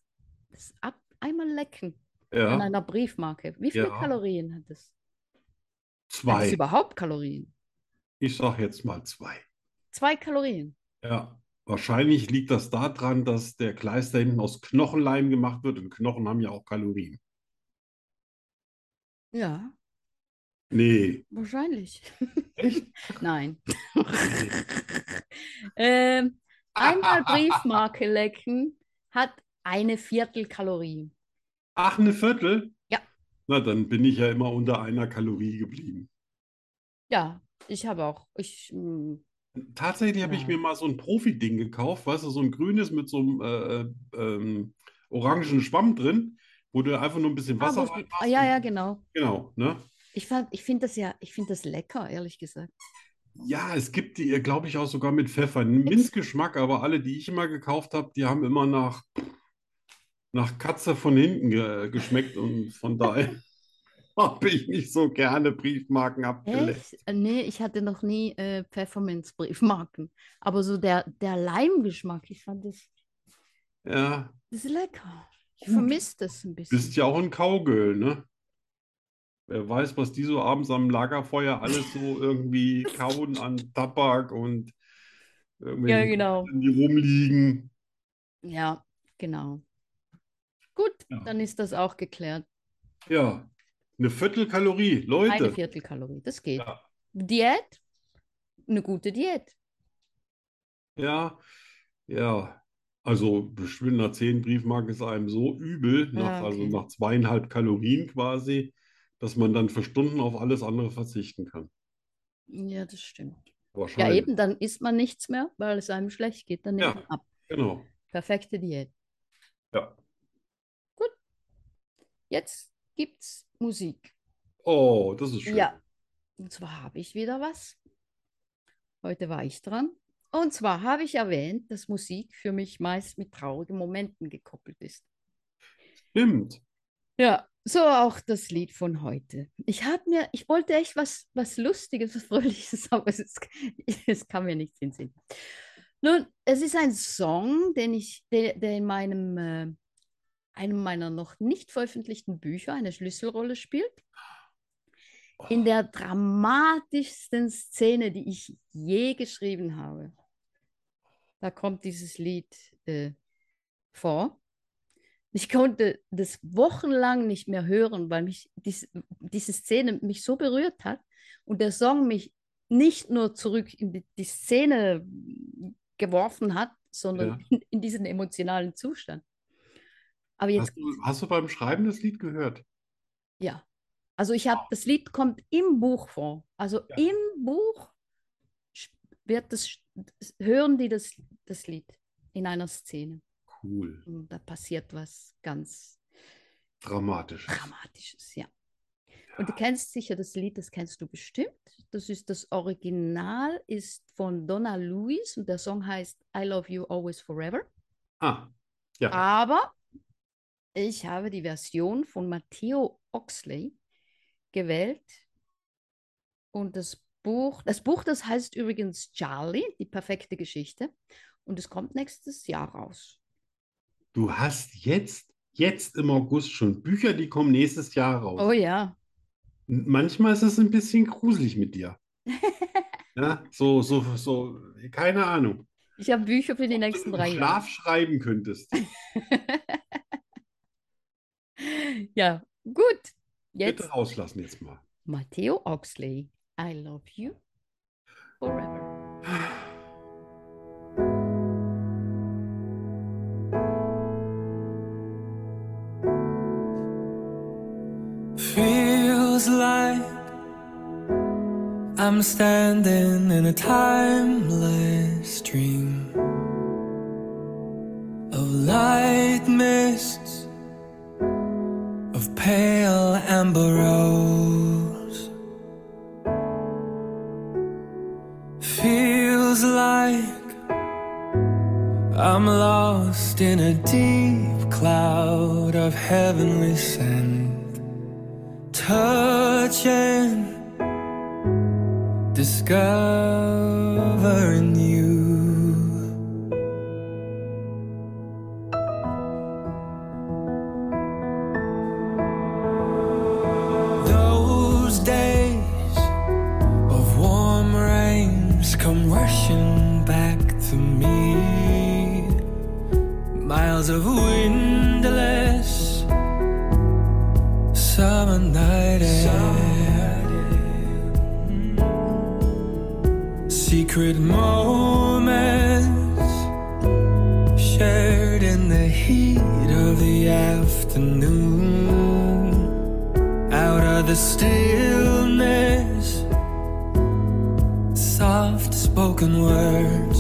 Speaker 1: das ab, einmal lecken an
Speaker 2: Ja,
Speaker 1: einer Briefmarke. Wie viele
Speaker 2: Ja.
Speaker 1: Kalorien hat es? Hat es
Speaker 2: zwei.
Speaker 1: überhaupt Kalorien?
Speaker 2: Ich sag jetzt mal zwei.
Speaker 1: Zwei Kalorien.
Speaker 2: Ja. Wahrscheinlich liegt das daran, dass der Kleister hinten aus Knochenleim gemacht wird und Knochen haben ja auch Kalorien.
Speaker 1: Ja,
Speaker 2: Nee.
Speaker 1: wahrscheinlich.
Speaker 2: Echt?
Speaker 1: Nein. ähm, einmal Briefmarke lecken hat eine Viertel Kalorien.
Speaker 2: Ach, eine Viertel?
Speaker 1: Ja.
Speaker 2: Na, dann bin ich ja immer unter einer Kalorie geblieben.
Speaker 1: Ja, ich habe auch. Ich, mm,
Speaker 2: Tatsächlich habe ich
Speaker 1: Ja.
Speaker 2: mir mal so ein Profi-Ding gekauft, weißt du, so ein grünes mit so einem äh, äh, ähm, orangen Schwamm drin, wo du einfach nur ein bisschen
Speaker 1: ah,
Speaker 2: Wasser
Speaker 1: wo es- ah, ja, ja, genau.
Speaker 2: Genau, ne?
Speaker 1: Ich, fand- ich finde das ja, ich finde das lecker, ehrlich gesagt.
Speaker 2: Ja, es gibt die, glaube ich, auch sogar mit Pfeffer. Minzgeschmack, aber alle, die ich immer gekauft habe, die haben immer nach, nach Katze von hinten ge geschmeckt und von daher habe ich nicht so gerne Briefmarken abgeleckt.
Speaker 1: Echt? Äh, Nee, ich hatte noch nie äh, Pfefferminzbriefmarken. Aber so der, der Leimgeschmack, ich fand das,
Speaker 2: Ja,
Speaker 1: das ist lecker. Ich
Speaker 2: Gut.
Speaker 1: vermisse das ein bisschen.
Speaker 2: bist ja auch ein Cowgirl, ne? Wer weiß, was die so abends am Lagerfeuer alles so irgendwie kauen an Tabak und
Speaker 1: Ja,
Speaker 2: irgendwelchen
Speaker 1: genau.
Speaker 2: Sachen, die rumliegen.
Speaker 1: Ja, genau. Gut,
Speaker 2: Ja.
Speaker 1: dann ist das auch geklärt.
Speaker 2: Ja, eine Viertelkalorie,
Speaker 1: Eine
Speaker 2: Leute.
Speaker 1: Viertelkalorie, das geht.
Speaker 2: Ja.
Speaker 1: Diät? Eine gute Diät.
Speaker 2: Ja, ja. Also bestimmt nach zehn Briefmarken ist einem so übel, nach,
Speaker 1: Ah,
Speaker 2: also
Speaker 1: okay.
Speaker 2: nach zweieinhalb Kalorien quasi, dass man dann für Stunden auf alles andere verzichten kann.
Speaker 1: Ja, das stimmt. Ja,
Speaker 2: Wahrscheinlich.
Speaker 1: eben, dann isst man nichts mehr, weil es einem schlecht geht. Dann nimmt
Speaker 2: Ja.
Speaker 1: man ab.
Speaker 2: Genau.
Speaker 1: Perfekte Diät.
Speaker 2: Ja.
Speaker 1: Gut. Jetzt gibt's Musik.
Speaker 2: Oh, das ist schön.
Speaker 1: Ja. Und zwar habe ich wieder was. Heute war ich dran. Und zwar habe ich erwähnt, dass Musik für mich meist mit traurigen Momenten gekoppelt ist.
Speaker 2: Stimmt.
Speaker 1: Ja, so auch das Lied von heute. Ich habe mir, ich wollte echt was, was Lustiges, was Fröhliches, aber es, ist, es kam mir nichts in den Sinn. Nun, es ist ein Song, den ich, der, der in meinem, äh, einem meiner noch nicht veröffentlichten Bücher eine Schlüsselrolle spielt. In der dramatischsten Szene, die ich je geschrieben habe. Da kommt dieses Lied äh, vor. Ich konnte das wochenlang nicht mehr hören, weil mich dies, diese Szene mich so berührt hat und der Song mich nicht nur zurück in die, die Szene geworfen hat, sondern in, in diesen emotionalen Zustand. Aber jetzt
Speaker 2: Hast du, hast du beim Schreiben das Lied gehört?
Speaker 1: ja. Also ich habe, das Lied kommt im Buch vor. Also
Speaker 2: Ah. Ja.
Speaker 1: im Buch sch- wird das, sch- s- hören die das, das Lied in einer Szene.
Speaker 2: Cool.
Speaker 1: Und da passiert was ganz
Speaker 2: Dramatisch.
Speaker 1: Dramatisches, ja. Und du kennst sicher das Lied, das kennst du bestimmt. Das ist das Original, ist von Donna Lewis und der Song heißt I Love You Always Forever.
Speaker 2: Ah, ja.
Speaker 1: Aber ich habe die Version von Matteo Oxley gewählt. Und das Buch, das Buch, das heißt übrigens Charlie, die perfekte Geschichte. Und es kommt nächstes Jahr raus.
Speaker 2: Du hast jetzt, jetzt im August schon Bücher, die kommen nächstes Jahr raus.
Speaker 1: Oh ja.
Speaker 2: Manchmal ist es ein bisschen gruselig mit dir. Ja, so, so, so, keine Ahnung.
Speaker 1: Ich habe Bücher für die nächsten
Speaker 2: Im
Speaker 1: drei Jahre.
Speaker 2: Schlaf schreiben könntest.
Speaker 1: Ja, gut.
Speaker 2: Bitte
Speaker 1: Jetzt
Speaker 2: rauslassen jetzt mal.
Speaker 1: Matteo Oxley. I love you
Speaker 2: Ah.
Speaker 1: forever.
Speaker 5: Feels like I'm standing in a timeless dream of light mists of pale amber rose feels like I'm lost in a deep cloud of heavenly scent, touching, discovering you. Those days of warm rains come rushing back to me. Miles of windless summer night air. Secret moments shared in the heat of the afternoon out of the stillness, soft spoken words.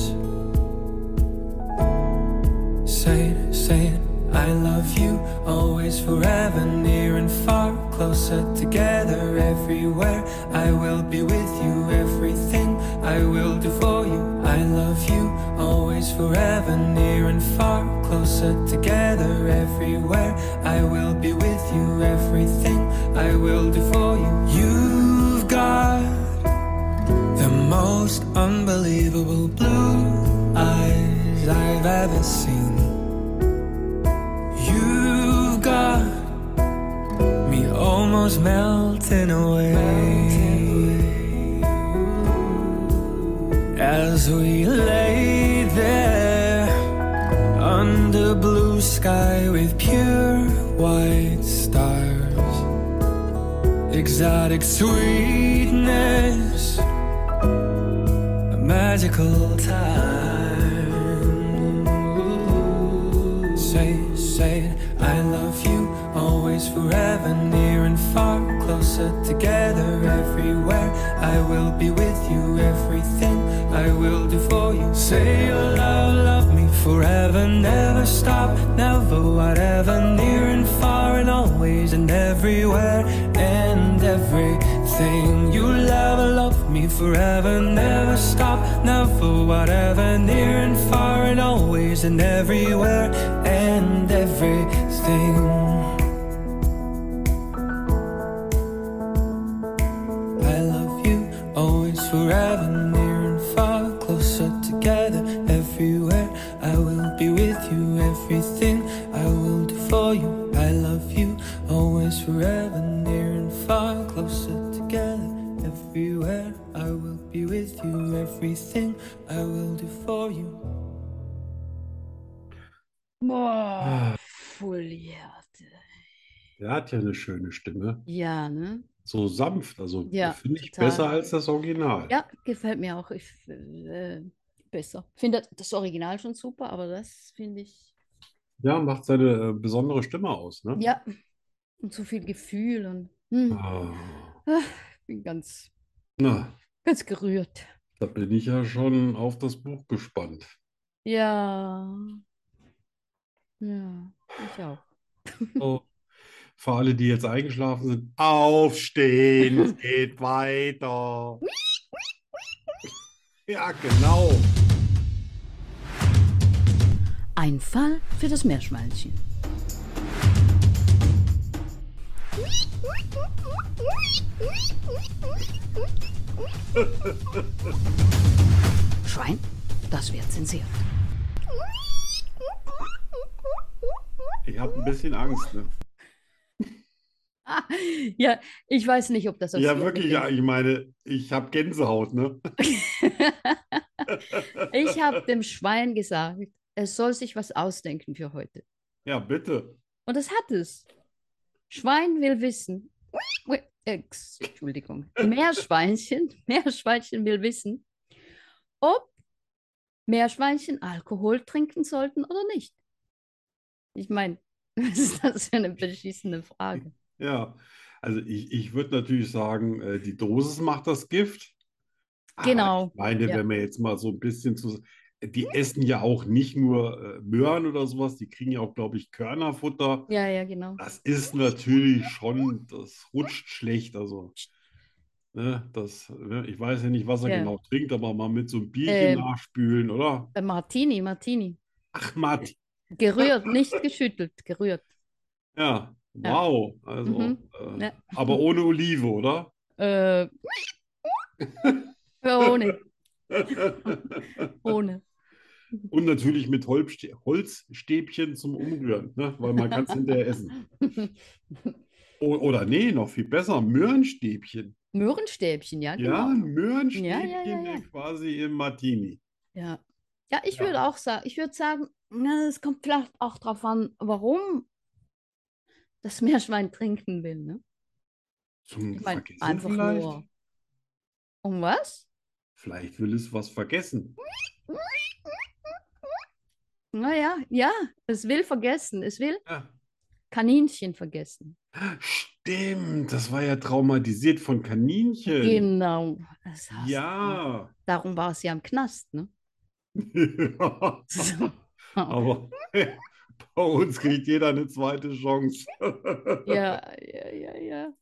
Speaker 5: Say it, say it, I love you, always, forever, near and far, closer together, everywhere. I will be with you, everything I will do for you. I love you, always, forever, near and far, closer together, everywhere. I will be with you, everything I will do for you. You've got the most unbelievable blue eyes I've ever seen. You've got me almost melting away as we lay there under blue sky with pure white stars, exotic sweetness, a magical time. Ooh. Say, it, say, it, I love you, always, forever, near and far, closer together, everywhere. I will be with you, everything I will do for you. Say you love, love me forever, never stop, never, whatever, near and far, and always, and everywhere, and everything. You love, love me forever, never stop, never, whatever, near and far, and always, and everywhere, and everything. I love you always, forever, near and far, closer together, everywhere. I will be with you, everything I will do for you. I love you always, forever, near and far, closer together, everywhere. I will be with you, everything I will do for you.
Speaker 1: Boah, Foliate.
Speaker 2: Der hat ja eine schöne Stimme.
Speaker 1: Ja, ne?
Speaker 2: So sanft, also
Speaker 1: Ja,
Speaker 2: finde ich
Speaker 1: total.
Speaker 2: besser als das Original.
Speaker 1: Ja, gefällt mir auch. Ich, äh, besser. Finde das Original schon super, aber das finde ich.
Speaker 2: Ja, macht seine äh, besondere Stimme aus, ne?
Speaker 1: Ja. Und so viel Gefühl und hm,
Speaker 2: Ah,
Speaker 1: bin ganz,
Speaker 2: na,
Speaker 1: ganz gerührt.
Speaker 2: da bin ich ja schon auf das Buch gespannt.
Speaker 1: Ja. Ja, ich auch.
Speaker 2: So, für alle, die jetzt eingeschlafen sind, aufstehen, es geht weiter. Ja, genau.
Speaker 3: Ein Fall für das Meerschweinchen. Schwein, das wird zensiert.
Speaker 2: Ich habe ein bisschen Angst, ne?
Speaker 1: Ah, ja, ich weiß nicht, ob das aufs
Speaker 2: Ja,
Speaker 1: Lob
Speaker 2: wirklich,
Speaker 1: mit
Speaker 2: ja, ich meine, ich habe Gänsehaut, ne?
Speaker 1: dem- Ich habe dem Schwein gesagt, es soll sich was ausdenken für heute.
Speaker 2: Ja, bitte.
Speaker 1: Und das hat es. Schwein will wissen. Ex, Entschuldigung. Meerschweinchen, Meerschweinchen will wissen, ob Meerschweinchen Alkohol trinken sollten oder nicht. Ich meine, was ist das für eine beschissene Frage?
Speaker 2: Ja, also ich, ich würde natürlich sagen, äh, die Dosis macht das Gift. Aber
Speaker 1: Genau,
Speaker 2: ich meine,
Speaker 1: ja.
Speaker 2: wenn man jetzt mal so ein bisschen zu, die essen ja auch nicht nur äh, Möhren oder sowas, die kriegen ja auch, glaube ich, Körnerfutter.
Speaker 1: Ja, ja, genau.
Speaker 2: Das ist natürlich schon, das rutscht schlecht. Also, ne, das, ne, ich weiß ja nicht, was er
Speaker 1: Ja.
Speaker 2: genau trinkt, aber mal mit so einem
Speaker 1: Ähm.
Speaker 2: Bierchen nachspülen, oder?
Speaker 1: Äh, Martini, Martini.
Speaker 2: Ach, Matt.
Speaker 1: Gerührt, nicht geschüttelt, gerührt.
Speaker 2: Ja, wow. Also,
Speaker 1: Mhm.
Speaker 2: äh,
Speaker 1: Ja.
Speaker 2: aber ohne Olive, oder?
Speaker 1: Äh, ja, ohne, ohne.
Speaker 2: Und natürlich mit Holzstä- Holzstäbchen zum Umrühren, ne? Weil man kann es hinterher essen. O oder nee, noch viel besser, Möhrenstäbchen.
Speaker 1: Möhrenstäbchen, ja,
Speaker 2: Ja,
Speaker 1: genau.
Speaker 2: ein Möhrenstäbchen
Speaker 1: Ja, ja, ja, ja.
Speaker 2: äh, quasi im Martini.
Speaker 1: Ja, ja ich
Speaker 2: Ja.
Speaker 1: würde auch sagen, ich würde sagen, na, es kommt vielleicht auch darauf an, warum das Meerschwein trinken will, ne?
Speaker 2: Zum
Speaker 1: Ich meine,
Speaker 2: Vergessen
Speaker 1: einfach
Speaker 2: vielleicht?
Speaker 1: nur. Um was?
Speaker 2: Vielleicht will es was vergessen.
Speaker 1: Naja, ja, es will vergessen, es will
Speaker 2: Ja.
Speaker 1: Kaninchen vergessen.
Speaker 2: Stimmt, das war ja traumatisiert von Kaninchen.
Speaker 1: Genau, das hast du.
Speaker 2: Äh. Ja.
Speaker 1: Darum war es ja im Knast, ne?
Speaker 2: Ja.
Speaker 1: So.
Speaker 2: Aber bei uns kriegt jeder eine zweite Chance.
Speaker 1: Ja, ja, ja, ja.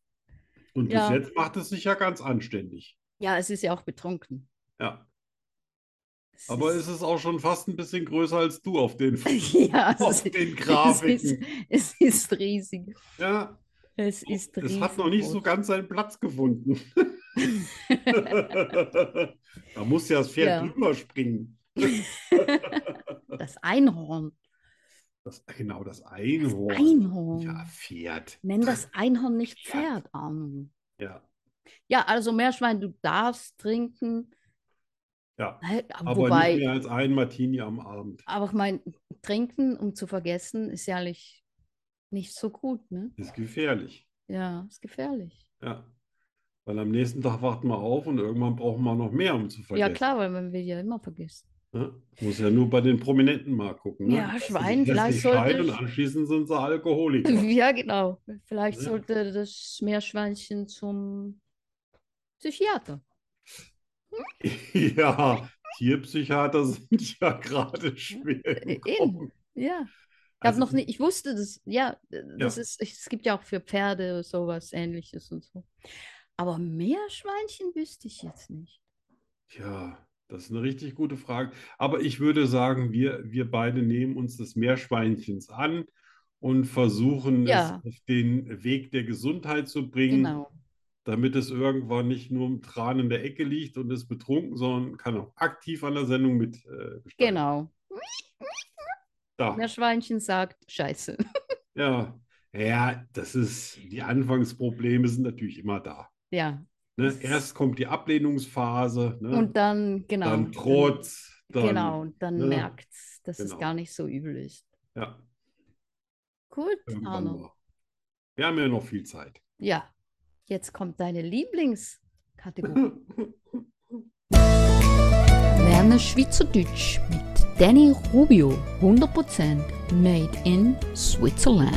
Speaker 2: Und bis
Speaker 1: Ja.
Speaker 2: jetzt macht es sich ja ganz anständig.
Speaker 1: Ja, es ist ja auch betrunken.
Speaker 2: Ja.
Speaker 1: Es
Speaker 2: Aber
Speaker 1: ist-
Speaker 2: es ist auch schon fast ein bisschen größer als du auf den,
Speaker 1: ja, es
Speaker 2: auf
Speaker 1: ist-
Speaker 2: den
Speaker 1: es ist,
Speaker 2: Grafiken.
Speaker 1: es ist riesig.
Speaker 2: Ja,
Speaker 1: Es ist
Speaker 2: es hat noch nicht so
Speaker 1: riesengroß.
Speaker 2: ganz seinen Platz gefunden. Da muss ja das Pferd
Speaker 1: Ja.
Speaker 2: drüber springen.
Speaker 1: Das Einhorn.
Speaker 2: Das, genau, das Einhorn.
Speaker 1: Einhorn.
Speaker 2: Ja, Pferd.
Speaker 1: Nenn das Einhorn nicht
Speaker 2: Ja.
Speaker 1: Pferd, Arno.
Speaker 2: Ja,
Speaker 1: Ja, also Meerschwein, du darfst trinken.
Speaker 2: ja.
Speaker 1: Hä,
Speaker 2: Aber
Speaker 1: Wobei,
Speaker 2: nicht mehr als ein Martini am Abend.
Speaker 1: aber ich meine, trinken, um zu vergessen, ist ja nicht, nicht so gut, ne?
Speaker 2: Ist gefährlich.
Speaker 1: Ja, ist gefährlich.
Speaker 2: Ja. Weil am nächsten Tag wacht man auf und irgendwann braucht man noch mehr, um zu
Speaker 1: Ja,
Speaker 2: vergessen.
Speaker 1: klar, weil man will ja immer vergessen.
Speaker 2: Ne? Muss ja nur bei den Prominenten mal gucken. Ne?
Speaker 1: Ja,
Speaker 2: Lassen sich
Speaker 1: Schwein,
Speaker 2: hässlich
Speaker 1: vielleicht sollte
Speaker 2: scheiden und
Speaker 1: ich-
Speaker 2: anschließend sind sie Alkoholiker.
Speaker 1: Ja, genau. Vielleicht
Speaker 2: Ja.
Speaker 1: sollte das Meerschweinchen zum Psychiater.
Speaker 2: Ja, Tierpsychiater sind ja gerade schwer. im
Speaker 1: Äh, Eben.
Speaker 2: Kommen.
Speaker 1: Ja. Ich habe
Speaker 2: Also
Speaker 1: noch
Speaker 2: die-
Speaker 1: nicht, ich wusste das, ja, das ist, es gibt ja auch für Pferde sowas Ähnliches und so. Aber Meerschweinchen wüsste ich jetzt nicht.
Speaker 2: Ja, das ist eine richtig gute Frage. Aber ich würde sagen, wir, wir beide nehmen uns des Meerschweinchens an und versuchen es
Speaker 1: Ja.
Speaker 2: auf den Weg der Gesundheit zu bringen,
Speaker 1: Genau.
Speaker 2: damit es irgendwann nicht nur im Tran in der Ecke liegt und ist betrunken, sondern kann auch aktiv an der Sendung mitgestalten. Äh, gestalten.
Speaker 1: Genau.
Speaker 2: Da.
Speaker 1: Meerschweinchen sagt Scheiße.
Speaker 2: Ja. Ja, das ist, die Anfangsprobleme sind natürlich immer da.
Speaker 1: Ja.
Speaker 2: Ne?
Speaker 1: Das-
Speaker 2: Erst kommt die Ablehnungsphase, ne?
Speaker 1: Und dann, genau.
Speaker 2: Dann Trotz, dann,
Speaker 1: Genau, und dann
Speaker 2: ne?
Speaker 1: merkt's, dass es
Speaker 2: Genau.
Speaker 1: gar nicht so übel ist.
Speaker 2: ja,
Speaker 1: Gut,
Speaker 2: irgendwann
Speaker 1: Arno.
Speaker 2: mal. Wir haben ja noch viel Zeit.
Speaker 1: Ja, jetzt kommt deine Lieblingskategorie.
Speaker 3: Lerne Schweizerdeutsch mit Danny Rubio. 100% made in Switzerland.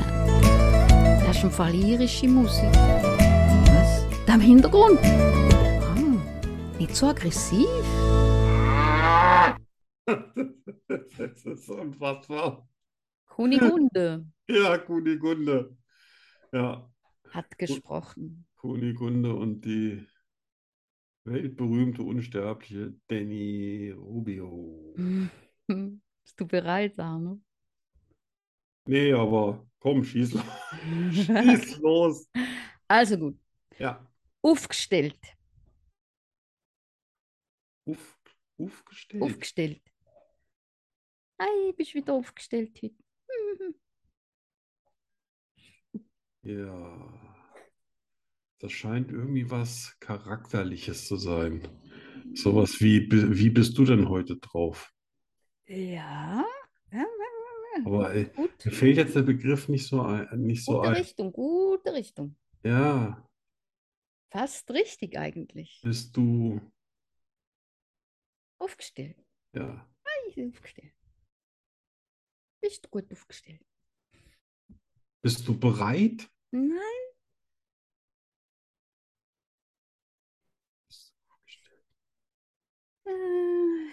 Speaker 3: Das ist im Fall irische Musik. Was? Da im Hintergrund? Ah, nicht so aggressiv.
Speaker 2: Das ist unfassbar.
Speaker 1: Kunigunde
Speaker 2: Ja, Kunigunde. Ja,
Speaker 1: hat gesprochen.
Speaker 2: Kunigunde und die weltberühmte, unsterbliche Danny Rubio.
Speaker 3: Hm.
Speaker 1: Bist du bereit, Arno?
Speaker 2: Nee, aber komm, schieß los. Schieß los.
Speaker 1: Also gut,
Speaker 2: Ja,
Speaker 1: aufgestellt,
Speaker 2: auf,
Speaker 1: Hm.
Speaker 2: aufgestellt.
Speaker 1: aufgestellt. Ei, bist wieder aufgestellt heute. Mhm.
Speaker 2: Ja. Das scheint irgendwie was Charakterliches zu sein. Sowas wie, bi- wie bist du denn heute drauf?
Speaker 1: Ja, ja, ja, ja.
Speaker 2: Aber äh,
Speaker 1: gut.
Speaker 2: mir fällt jetzt der Begriff nicht so ein, nicht so
Speaker 1: Gute
Speaker 2: ein.
Speaker 1: Richtung, gute Richtung.
Speaker 2: Ja,
Speaker 1: Fast richtig eigentlich.
Speaker 2: bist du,
Speaker 1: Aufgestellt.
Speaker 2: ja,
Speaker 1: Ei, aufgestellt. Bist gut aufgestellt.
Speaker 2: bist du bereit?
Speaker 1: Nein. Äh,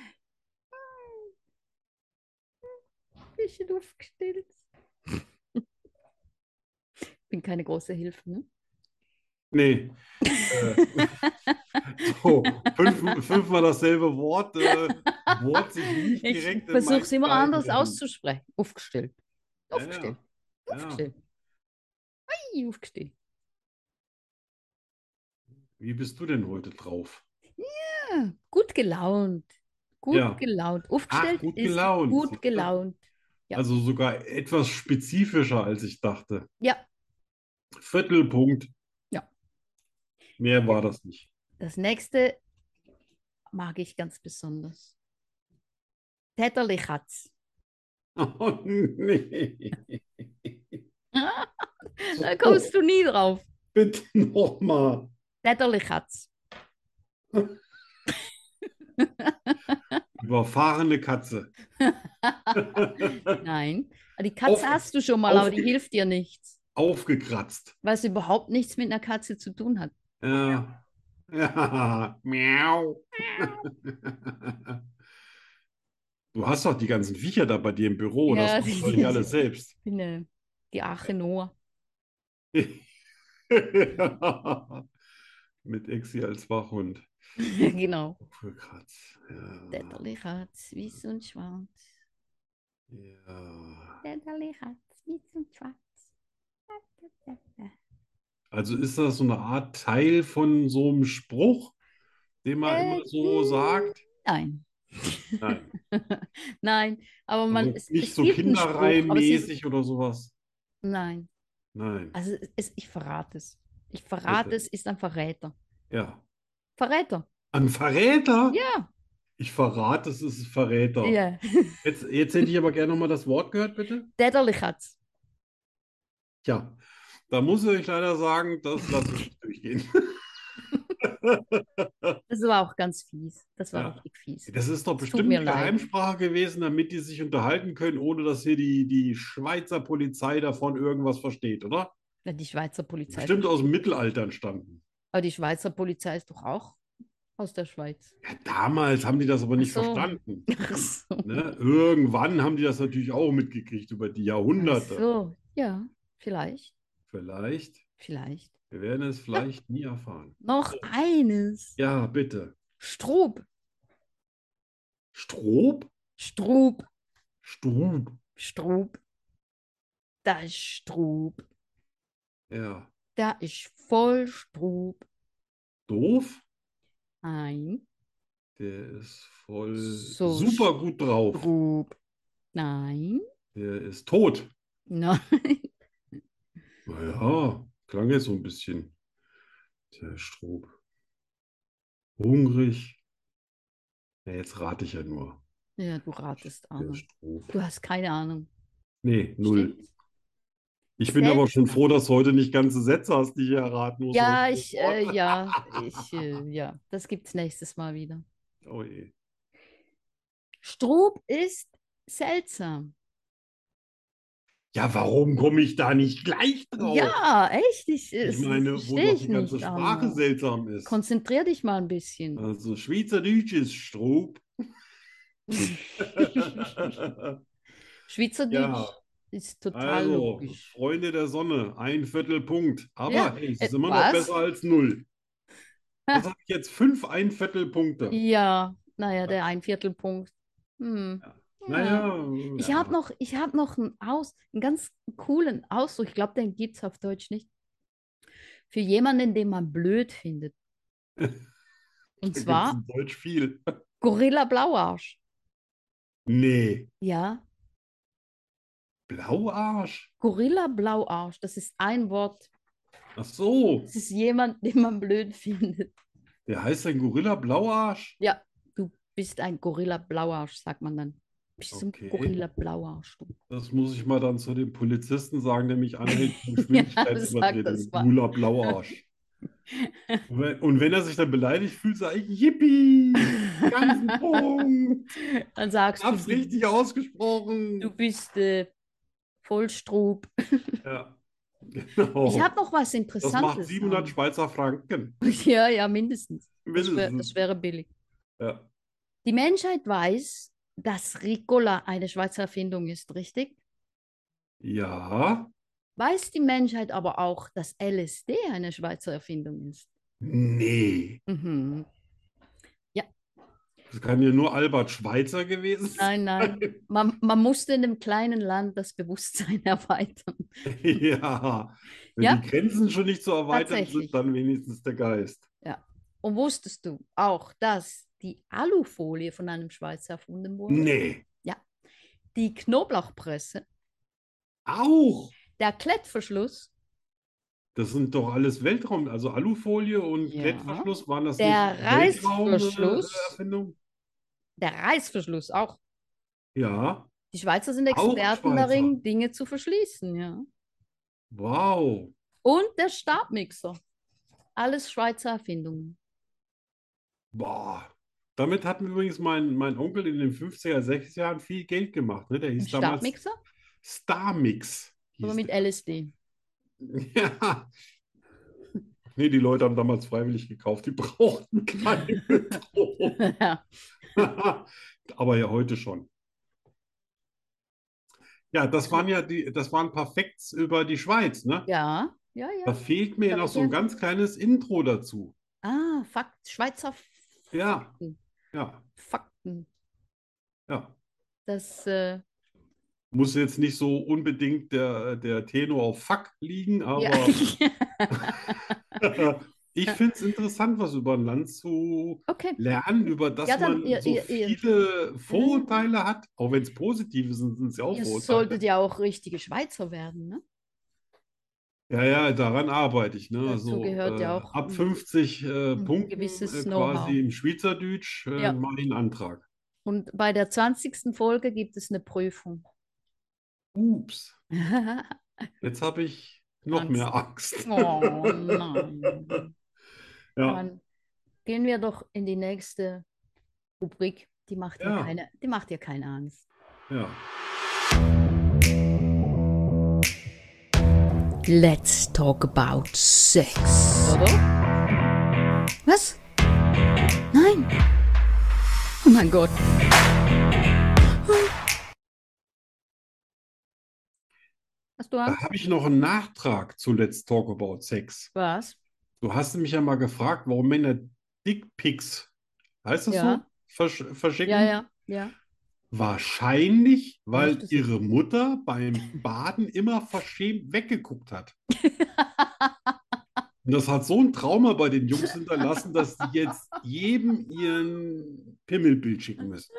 Speaker 1: Feuerchen aufgestellt. Bin keine große Hilfe, ne?
Speaker 2: Nee. Äh, so, fünf, fünfmal dasselbe Wort. Äh, Wort sich nicht
Speaker 1: Ich
Speaker 2: direkt in
Speaker 1: versuche es
Speaker 2: mein
Speaker 1: immer
Speaker 2: Bein
Speaker 1: anders
Speaker 2: drin.
Speaker 1: auszusprechen. Aufgestellt.
Speaker 2: Ja, ja.
Speaker 1: Aufgestellt.
Speaker 2: Ja.
Speaker 1: Aufgestellt. Ei, aufgestellt.
Speaker 2: Wie bist du denn heute drauf?
Speaker 1: Ja, Ah, gut gelaunt. Gut
Speaker 2: Ja.
Speaker 1: gelaunt. Aufgestellt
Speaker 2: gut
Speaker 1: ist
Speaker 2: gelaunt.
Speaker 1: gut
Speaker 2: Siehste?
Speaker 1: gelaunt. Ja.
Speaker 2: Also sogar etwas spezifischer, als ich dachte.
Speaker 1: Ja,
Speaker 2: Viertelpunkt.
Speaker 1: Ja.
Speaker 2: Mehr war das nicht.
Speaker 1: das nächste mag ich ganz besonders. Täterlich hat's.
Speaker 2: Oh, nee.
Speaker 1: Da kommst du nie drauf.
Speaker 2: Bitte nochmal.
Speaker 1: Täterlich hat's.
Speaker 2: Überfahrene Katze.
Speaker 1: Nein. Die Katze
Speaker 2: Aufge-
Speaker 1: hast du schon mal, aber die
Speaker 2: aufge-
Speaker 1: hilft dir nichts.
Speaker 2: Aufgekratzt.
Speaker 1: Weil es überhaupt nichts mit einer Katze zu tun hat.
Speaker 2: Ja. Ja. Miau. Du hast doch die ganzen Viecher da bei dir im Büro.
Speaker 1: Ja,
Speaker 2: Das machst du doch nicht alles selbst.
Speaker 1: Ich bin äh, die Arche Noah.
Speaker 2: Mit Exi als Wachhund.
Speaker 1: genau.
Speaker 2: Aufgekratzt. Ja.
Speaker 1: Täterlich hat's, Wies und Schwarz.
Speaker 2: Ja.
Speaker 1: Täterlich hat's, Wies und Schwarz.
Speaker 2: Also ist das so eine Art Teil von so einem Spruch, den man
Speaker 1: Äh,
Speaker 2: immer so
Speaker 1: mm.
Speaker 2: sagt?
Speaker 1: Nein.
Speaker 2: Nein.
Speaker 1: Nein, aber man
Speaker 2: Also
Speaker 1: es,
Speaker 2: nicht
Speaker 1: es
Speaker 2: so
Speaker 1: gibt einen Spruch, aber es ist,
Speaker 2: kinderreihenmäßig oder sowas.
Speaker 1: nein,
Speaker 2: Nein.
Speaker 1: also es- es, ich verrate es. Ich verrate
Speaker 2: Bitte.
Speaker 1: es, ist ein Verräter.
Speaker 2: Ja.
Speaker 1: Verräter.
Speaker 2: Ein Verräter?
Speaker 1: Ja.
Speaker 2: Ich verrate, es ist ein Verräter.
Speaker 1: ja.
Speaker 2: Jetzt, jetzt hätte ich aber gerne nochmal das Wort gehört, bitte.
Speaker 1: Täterlich hat's.
Speaker 2: Tja, da muss ich leider sagen, das lasse ich nicht durchgehen.
Speaker 1: Das war auch ganz fies. Das war
Speaker 2: Ja.
Speaker 1: richtig fies.
Speaker 2: Das ist doch
Speaker 1: Es tut
Speaker 2: bestimmt
Speaker 1: mir
Speaker 2: eine
Speaker 1: leid.
Speaker 2: Geheimsprache gewesen, damit die sich unterhalten können, ohne dass hier die, die Schweizer Polizei davon irgendwas versteht, oder?
Speaker 1: Na, Die Schweizer Polizei.
Speaker 2: Bestimmt aus dem Mittelalter entstanden.
Speaker 1: Aber die Schweizer Polizei ist doch auch aus der Schweiz.
Speaker 2: Ja, damals haben die das aber nicht
Speaker 1: Ach so.
Speaker 2: verstanden.
Speaker 1: Ach so.
Speaker 2: Ne? Irgendwann haben die das natürlich auch mitgekriegt über die
Speaker 1: Ach
Speaker 2: Jahrhunderte.
Speaker 1: so. Ja, vielleicht.
Speaker 2: Vielleicht.
Speaker 1: Vielleicht.
Speaker 2: Wir werden es vielleicht nie erfahren.
Speaker 1: Noch eines.
Speaker 2: Ja, bitte.
Speaker 1: Strub.
Speaker 2: Strob?
Speaker 1: Strub.
Speaker 2: Strub.
Speaker 1: Strub. Da ist Strub.
Speaker 2: Ja.
Speaker 1: Da ist voll Strub.
Speaker 2: Doof?
Speaker 1: Nein.
Speaker 2: Der ist voll
Speaker 1: So
Speaker 2: super gut drauf.
Speaker 1: Strub. Nein.
Speaker 2: Der ist tot.
Speaker 1: Nein.
Speaker 2: Naja, klang jetzt so ein bisschen. Der Strob. Hungrig. Ja, jetzt rate ich ja nur.
Speaker 1: Ja, du ratest,
Speaker 2: Der
Speaker 1: Arno.
Speaker 2: Strob.
Speaker 1: Du hast keine Ahnung.
Speaker 2: Nee, null.
Speaker 1: Stimmt's?
Speaker 2: Ich bin aber schon
Speaker 1: Selbst-
Speaker 2: froh, dass du heute nicht ganze Sätze hast, die ich hier erraten muss.
Speaker 1: Ja,
Speaker 2: Oder-
Speaker 1: ich, äh, ja, ich, äh, ja, das gibt's nächstes Mal wieder.
Speaker 2: Oh je.
Speaker 1: Strub ist seltsam.
Speaker 2: Ja, warum komme ich da nicht gleich drauf?
Speaker 1: Ja, echt. Ich, äh,
Speaker 2: Ich
Speaker 1: es- das
Speaker 2: meine, wo
Speaker 1: versteh
Speaker 2: doch
Speaker 1: ich
Speaker 2: die ganze
Speaker 1: nicht,
Speaker 2: Sprache
Speaker 1: Arno.
Speaker 2: seltsam ist.
Speaker 1: Konzentrier dich mal ein bisschen.
Speaker 2: Also Schweizerdeutsch ist Strob.
Speaker 1: Schweizerdeutsch
Speaker 2: Ja,
Speaker 1: ist total
Speaker 2: also
Speaker 1: logisch.
Speaker 2: Freunde der Sonne, ein Viertelpunkt. Aber
Speaker 1: Ja,
Speaker 2: hey, es
Speaker 1: äh,
Speaker 2: ist immer noch
Speaker 1: was?
Speaker 2: besser als null. Das habe ich jetzt fünf Einviertelpunkte.
Speaker 1: Ja, naja, der Einviertelpunkt. Hm.
Speaker 2: Naja,
Speaker 1: Ich
Speaker 2: ja.
Speaker 1: habe noch, ich hab noch einen, Aus, einen ganz coolen Ausdruck, ich glaube, den gibt es auf Deutsch nicht. Für jemanden, den man blöd findet. Und
Speaker 2: Da gibt's
Speaker 1: zwar
Speaker 2: in Deutsch viel.
Speaker 1: Gorilla Blauarsch.
Speaker 2: Nee,
Speaker 1: Ja,
Speaker 2: Blauarsch.
Speaker 1: Gorilla Blauarsch, das ist ein Wort.
Speaker 2: Ach so,
Speaker 1: Das ist jemand, den man blöd findet.
Speaker 2: der heißt ein Gorilla Blauarsch.
Speaker 1: Du bist ein Gorilla Blauarsch, sagt man dann. Du bist
Speaker 2: Okay.
Speaker 1: ein Gorilla Blauarsch, du.
Speaker 2: Das muss ich mal dann zu dem Polizisten sagen, der mich anhält für
Speaker 1: Ja, sag
Speaker 2: Geschwindigkeitsübertretung.
Speaker 1: das mal.
Speaker 2: Cooler Blauarsch. Und wenn- Und wenn er sich dann beleidigt fühlt, sage ich, Yippie, ganzen Punkt,
Speaker 1: Dann sagst du,
Speaker 2: hab's
Speaker 1: du,
Speaker 2: richtig ausgesprochen.
Speaker 1: du bist äh, Vollstrub.
Speaker 2: Ja, genau.
Speaker 1: Ich habe noch was
Speaker 2: Das
Speaker 1: Interessantes.
Speaker 2: macht 700
Speaker 1: Arno.
Speaker 2: Schweizer Franken. Mhm.
Speaker 1: Ja, ja, mindestens. Das, wär,
Speaker 2: Mindestens.
Speaker 1: das wäre billig.
Speaker 2: Ja.
Speaker 1: Die Menschheit weiß, dass Ricola eine Schweizer Erfindung ist, richtig?
Speaker 2: Ja.
Speaker 1: Weiß die Menschheit aber auch, dass LSD eine Schweizer Erfindung ist?
Speaker 2: Nee.
Speaker 1: Mhm.
Speaker 2: Das kann ja nur Albert Schweitzer gewesen sein.
Speaker 1: Nein, nein. Man, man musste in dem kleinen Land das Bewusstsein erweitern.
Speaker 2: Ja. Wenn
Speaker 1: Ja.
Speaker 2: die Grenzen schon nicht zu erweitern
Speaker 1: Tatsächlich.
Speaker 2: sind, dann wenigstens der Geist.
Speaker 1: Und wusstest du auch, dass die Alufolie von einem Schweizer erfunden wurde?
Speaker 2: Nee.
Speaker 1: Die Knoblauchpresse,
Speaker 2: Auch.
Speaker 1: der Klettverschluss,
Speaker 2: Das sind doch alles Weltraum, also Alufolie und
Speaker 1: Ja.
Speaker 2: Klettverschluss waren das
Speaker 1: Der
Speaker 2: nicht Weltraum, äh,
Speaker 1: Reißverschluss.
Speaker 2: Erfindung?
Speaker 1: der Reißverschluss auch.
Speaker 2: Ja,
Speaker 1: Die Schweizer sind
Speaker 2: Auch
Speaker 1: Experten
Speaker 2: Schweizer.
Speaker 1: darin, Dinge zu verschließen, ja.
Speaker 2: wow.
Speaker 1: Und der Stabmixer. Alles Schweizer Erfindungen.
Speaker 2: Boah. Damit hat mir übrigens mein, mein Onkel in den 50er, 60er Jahren viel Geld gemacht. Ne? Der
Speaker 1: Ein
Speaker 2: hieß damals
Speaker 1: Stabmixer,
Speaker 2: Starmix.
Speaker 1: aber
Speaker 2: hieß
Speaker 1: mit LSD.
Speaker 2: der. Ja. Nee, die Leute haben damals freiwillig gekauft. Die brauchten keine Bedrohung.
Speaker 1: ja.
Speaker 2: Aber ja, heute schon. Ja, das waren ja die, das waren Perfekts über die Schweiz, ne?
Speaker 1: ja, ja,
Speaker 2: Da fehlt mir
Speaker 1: Ja,
Speaker 2: noch so
Speaker 1: ja.
Speaker 2: ein ganz kleines Intro dazu.
Speaker 1: Ah, Fakt, Schweizer F-
Speaker 2: Ja,
Speaker 1: Fakten.
Speaker 2: ja,
Speaker 1: Fakten.
Speaker 2: ja.
Speaker 1: Das, äh,
Speaker 2: Muss jetzt nicht so unbedingt der, der Tenor auf Fuck liegen,
Speaker 1: ja.
Speaker 2: aber ich finde es interessant, was über ein Land zu
Speaker 1: okay.
Speaker 2: lernen, über das
Speaker 1: Ja, dann
Speaker 2: man
Speaker 1: ihr-
Speaker 2: so
Speaker 1: ihr- Mhm. ihr-
Speaker 2: viele Vorurteile hat. Auch wenn es positive sind, sind es ja auch
Speaker 1: Ihr
Speaker 2: Vorurteile.
Speaker 1: solltet ja auch richtige Schweizer werden, ne?
Speaker 2: Ja, ja, daran arbeite ich, ne?
Speaker 1: Dazu
Speaker 2: Also,
Speaker 1: gehört ja
Speaker 2: äh,
Speaker 1: auch
Speaker 2: ab
Speaker 1: ein-
Speaker 2: 50 äh,
Speaker 1: ein
Speaker 2: Punkten
Speaker 1: gewisses
Speaker 2: äh,
Speaker 1: Know-how.
Speaker 2: quasi im Schweizerdeutsch äh,
Speaker 1: Ja.
Speaker 2: mache ich einen Antrag.
Speaker 1: Und bei der 20. Folge gibt es eine Prüfung. Oh,
Speaker 2: Ups. Jetzt habe ich noch
Speaker 1: Angst.
Speaker 2: mehr Angst.
Speaker 1: Oh nein.
Speaker 2: Ja,
Speaker 1: Dann gehen wir doch in die nächste Rubrik. Die macht dir
Speaker 2: Ja.
Speaker 1: keine, die macht dir keine Angst.
Speaker 2: ja.
Speaker 3: Let's talk about sex.
Speaker 1: Oder?
Speaker 3: Was? Nein. Oh mein Gott.
Speaker 1: Hast du
Speaker 2: Da
Speaker 1: Angst?
Speaker 2: habe ich noch einen Nachtrag zu Let's Talk About Sex.
Speaker 1: Was?
Speaker 2: Du hast mich ja mal gefragt, warum Männer Dickpics, heißt das so,
Speaker 1: Ja.
Speaker 2: versch verschicken?
Speaker 1: Ja, ja, ja.
Speaker 2: Wahrscheinlich, weil
Speaker 1: Möchtest du-
Speaker 2: ihre Mutter beim Baden immer verschämt weggeguckt hat. Und das hat so ein Trauma bei den Jungs hinterlassen, dass die jetzt jedem ihren Pimmelbild schicken müssen.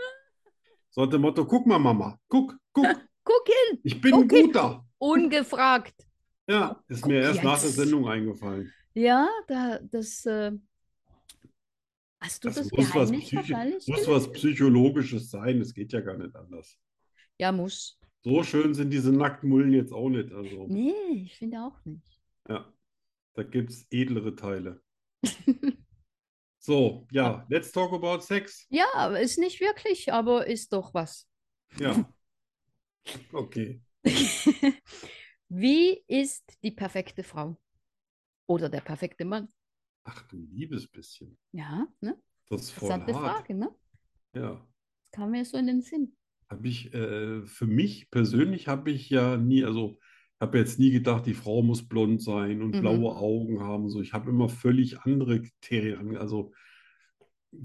Speaker 2: So hat dem Motto, guck mal, Mama, guck, guck,
Speaker 1: Guck hin,
Speaker 2: ich bin ein
Speaker 1: Okay.
Speaker 2: Guter.
Speaker 1: ungefragt.
Speaker 2: Ja, ist mir erst nach der
Speaker 1: jetzt.
Speaker 2: Sendung eingefallen.
Speaker 1: Ja, da, das. Äh, hast du
Speaker 2: Das
Speaker 1: das,
Speaker 2: Also muss was,
Speaker 1: Geheimnis
Speaker 2: psychi-
Speaker 1: wahrscheinlich?
Speaker 2: muss
Speaker 1: gelöst?
Speaker 2: was Psychologisches sein, es geht ja gar nicht anders.
Speaker 1: Ja, muss.
Speaker 2: So schön sind diese Nacktmullen jetzt auch nicht. Also,
Speaker 1: Nee, ich finde auch nicht.
Speaker 2: ja, da gibt es edlere Teile. So, ja, let's talk about sex.
Speaker 1: Ja, aber ist nicht wirklich, aber ist doch was.
Speaker 2: Ja. Okay.
Speaker 1: Wie ist die perfekte Frau? Oder der perfekte Mann?
Speaker 2: Ach du liebes bisschen.
Speaker 1: Ja, ne?
Speaker 2: Das ist voll
Speaker 1: Interessante
Speaker 2: hart.
Speaker 1: Frage, ne?
Speaker 2: Ja.
Speaker 1: Das kam mir so in den Sinn.
Speaker 2: Habe ich, äh, für mich persönlich habe ich ja nie, also habe jetzt nie gedacht, die Frau muss blond sein und
Speaker 1: Mhm.
Speaker 2: blaue Augen haben. So, ich habe immer völlig andere Kriterien, ange- also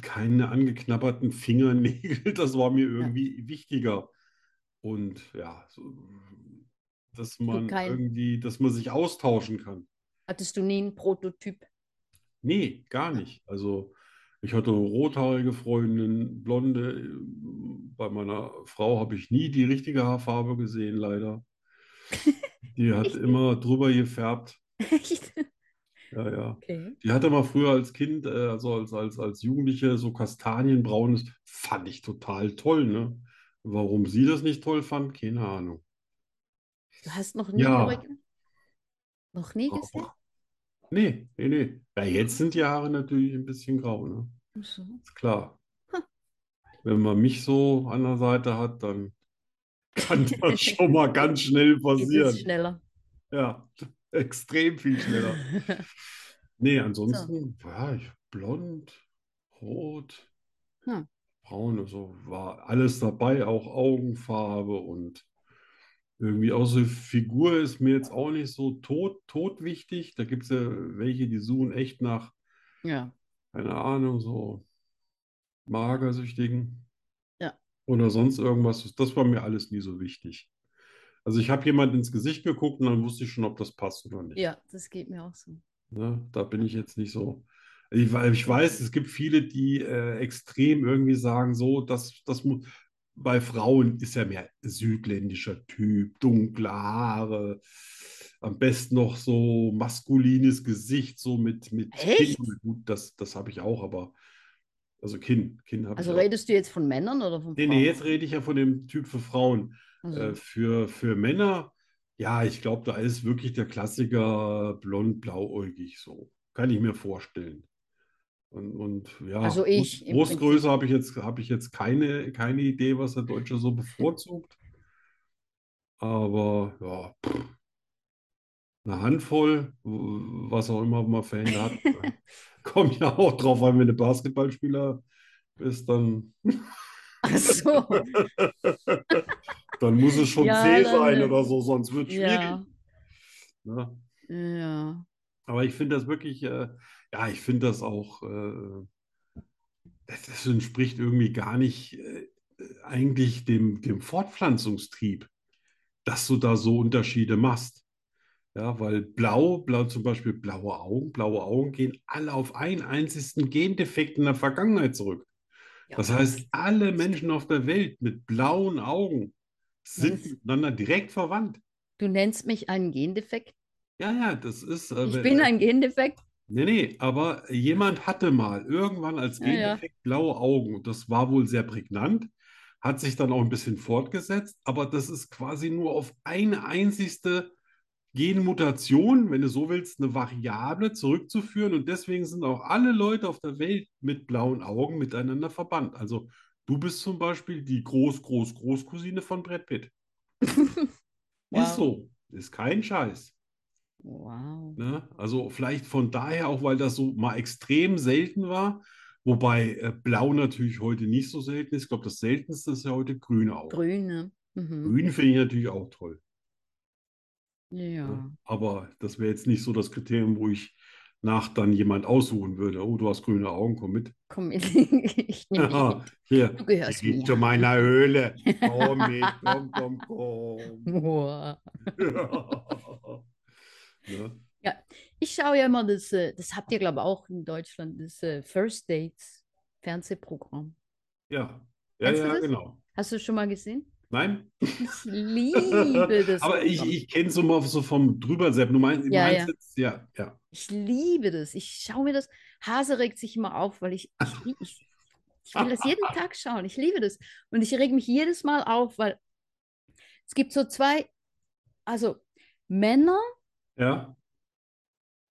Speaker 2: keine angeknabberten Fingernägel, das war mir irgendwie wichtiger. Und ja, so, dass man
Speaker 1: kein-
Speaker 2: irgendwie, dass man sich austauschen kann.
Speaker 1: Hattest du nie einen Prototyp?
Speaker 2: Nee, gar nicht. Also ich hatte rothaarige Freundinnen, blonde. äh, Bei meiner Frau habe ich nie die richtige Haarfarbe gesehen, leider. Die hat immer drüber gefärbt.
Speaker 1: Echt?
Speaker 2: Ja, ja.
Speaker 1: Okay.
Speaker 2: Die hatte mal früher als Kind, äh, also als, als, als Jugendliche, so kastanienbraunes. Fand ich total toll, ne? Warum sie das nicht toll fand, keine Ahnung.
Speaker 1: Du hast noch nie
Speaker 2: Ja.
Speaker 1: übrigens- Noch nie gesehen?
Speaker 2: Aber, nee, nee, nee. Ja, jetzt sind die Haare natürlich ein bisschen grau, ne?
Speaker 1: Ach so.
Speaker 2: Ist Klar. Wenn man mich so an der Seite hat, dann kann das schon mal ganz schnell
Speaker 1: Geht es
Speaker 2: passieren.
Speaker 1: schneller.
Speaker 2: Ja, extrem viel schneller. Nee, ansonsten, ja, ich, blond, rot,
Speaker 1: Hm.
Speaker 2: Frauen, also war alles dabei, auch Augenfarbe und irgendwie außer Figur ist mir jetzt auch nicht so tot, tot wichtig. Da gibt es ja welche, die suchen echt nach,
Speaker 1: Ja.
Speaker 2: keine Ahnung, so Magersüchtigen
Speaker 1: Ja.
Speaker 2: oder sonst irgendwas. Das war mir alles nie so wichtig. Also ich habe jemand ins Gesicht geguckt und dann wusste ich schon, ob das passt oder nicht.
Speaker 1: Ja, das geht mir auch so.
Speaker 2: Ne? Da bin ich jetzt nicht so. Ich, we- ich weiß, es gibt viele, die äh, extrem irgendwie sagen, so, das, das muss. Bei Frauen ist ja mehr südländischer Typ, dunkle Haare, am besten noch so maskulines Gesicht, so mit, mit
Speaker 1: Echt?
Speaker 2: Kinn. Gut, das, das habe ich auch, aber also Kinn, Kinn habe ich
Speaker 1: Also
Speaker 2: auch.
Speaker 1: redest du jetzt von Männern oder von
Speaker 2: Nee,
Speaker 1: Frauen?
Speaker 2: nee, jetzt rede ich ja von dem Typ für Frauen. Äh,
Speaker 1: Also,
Speaker 2: für, für Männer, ja, ich glaube, da ist wirklich der Klassiker blond, blauäugig so. Kann ich mir vorstellen. Und, und ja,
Speaker 1: Also ich
Speaker 2: Brust-
Speaker 1: im
Speaker 2: Brustgröße habe ich jetzt, habe ich jetzt keine, keine Idee, was der Deutsche so bevorzugt. Aber ja, pff, eine Handvoll, w- was auch immer man für Hände hat. Kommt ja auch drauf an, wenn du Basketballspieler bist, dann,
Speaker 1: Ach so,
Speaker 2: dann muss es schon
Speaker 1: Ja,
Speaker 2: zäh
Speaker 1: dann,
Speaker 2: sein
Speaker 1: äh,
Speaker 2: oder so, sonst wird es schwierig.
Speaker 1: ja,
Speaker 2: Ne?
Speaker 1: ja.
Speaker 2: Aber ich finde das wirklich, äh, ja, ich finde das auch, äh, das, das entspricht irgendwie gar nicht äh, eigentlich dem, dem Fortpflanzungstrieb, dass du da so Unterschiede machst. Ja, weil blau, blau zum Beispiel blaue Augen, blaue Augen gehen alle auf einen einzigen Gendefekt in der Vergangenheit zurück.
Speaker 1: Ja,
Speaker 2: Das heißt, ah, alle Menschen auf der Welt mit blauen Augen sind
Speaker 1: Das-
Speaker 2: miteinander direkt verwandt.
Speaker 1: Du nennst mich einen Gendefekt.
Speaker 2: Ja, ja, das ist. äh,
Speaker 1: Ich
Speaker 2: wenn-
Speaker 1: bin ein Gendefekt.
Speaker 2: Nee, nee, aber jemand hatte mal irgendwann als
Speaker 1: Ja, ja.
Speaker 2: Gendefekt blaue Augen und das war wohl sehr prägnant, hat sich dann auch ein bisschen fortgesetzt, aber das ist quasi nur auf eine einzigste Genmutation, wenn du so willst, eine Variable zurückzuführen und deswegen sind auch alle Leute auf der Welt mit blauen Augen miteinander verbannt. Also du bist zum Beispiel die Groß-Groß-Großcousine von Brad Pitt. Ist
Speaker 1: Wow.
Speaker 2: so, ist kein Scheiß.
Speaker 1: Wow.
Speaker 2: Ne? Also vielleicht von daher auch, weil das so mal extrem selten war. Wobei äh, Blau natürlich heute nicht so selten ist. Ich glaube, das Seltenste ist ja heute Grüne auch.
Speaker 1: Grüne. Mhm.
Speaker 2: Grün finde ich natürlich auch toll.
Speaker 1: Ja.
Speaker 2: Ne? Aber das wäre jetzt nicht so das Kriterium, wo ich nach dann jemand aussuchen würde. Oh, du hast grüne Augen, komm mit.
Speaker 1: Komm, ich nehme dich mit.
Speaker 2: Haha, hier,
Speaker 1: Du gehörst
Speaker 2: geh
Speaker 1: mir.
Speaker 2: zu meiner Höhle. Komm mit, komm, komm, komm.
Speaker 1: Wow.
Speaker 2: Ne?
Speaker 1: Ich schaue ja immer das, äh, das habt ihr, glaube ich, auch in Deutschland, das äh, First Dates Fernsehprogramm.
Speaker 2: Ja, ja,
Speaker 1: Kennst du
Speaker 2: ja,
Speaker 1: das?
Speaker 2: genau.
Speaker 1: Hast du schon mal gesehen?
Speaker 2: Nein?
Speaker 1: Ich liebe das
Speaker 2: Aber ich,
Speaker 1: Programm.
Speaker 2: ich kenne es so mal so vom Drüberseppen. Du meinst,
Speaker 1: Ja,
Speaker 2: meinst
Speaker 1: ja.
Speaker 2: jetzt, ja, ja.
Speaker 1: Ich liebe das. Ich schaue mir das. Hase regt sich immer auf, weil ich, ich, lie- ich, ich will das jeden Tag schauen. Ich liebe das. Und ich reg mich jedes Mal auf, weil es gibt so zwei, also Männer,
Speaker 2: Ja,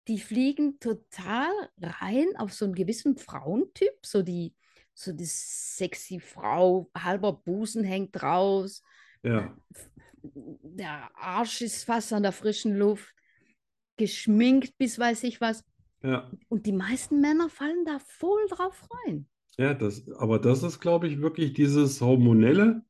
Speaker 1: die fliegen total rein auf so einen gewissen Frauentyp, so die, so die sexy Frau, halber Busen hängt raus,
Speaker 2: ja.
Speaker 1: der Arsch ist fast an der frischen Luft, geschminkt bis weiß ich was.
Speaker 2: Ja,
Speaker 1: Und die meisten Männer fallen da voll drauf rein.
Speaker 2: ja, das, aber das ist, glaube ich, wirklich dieses hormonelle,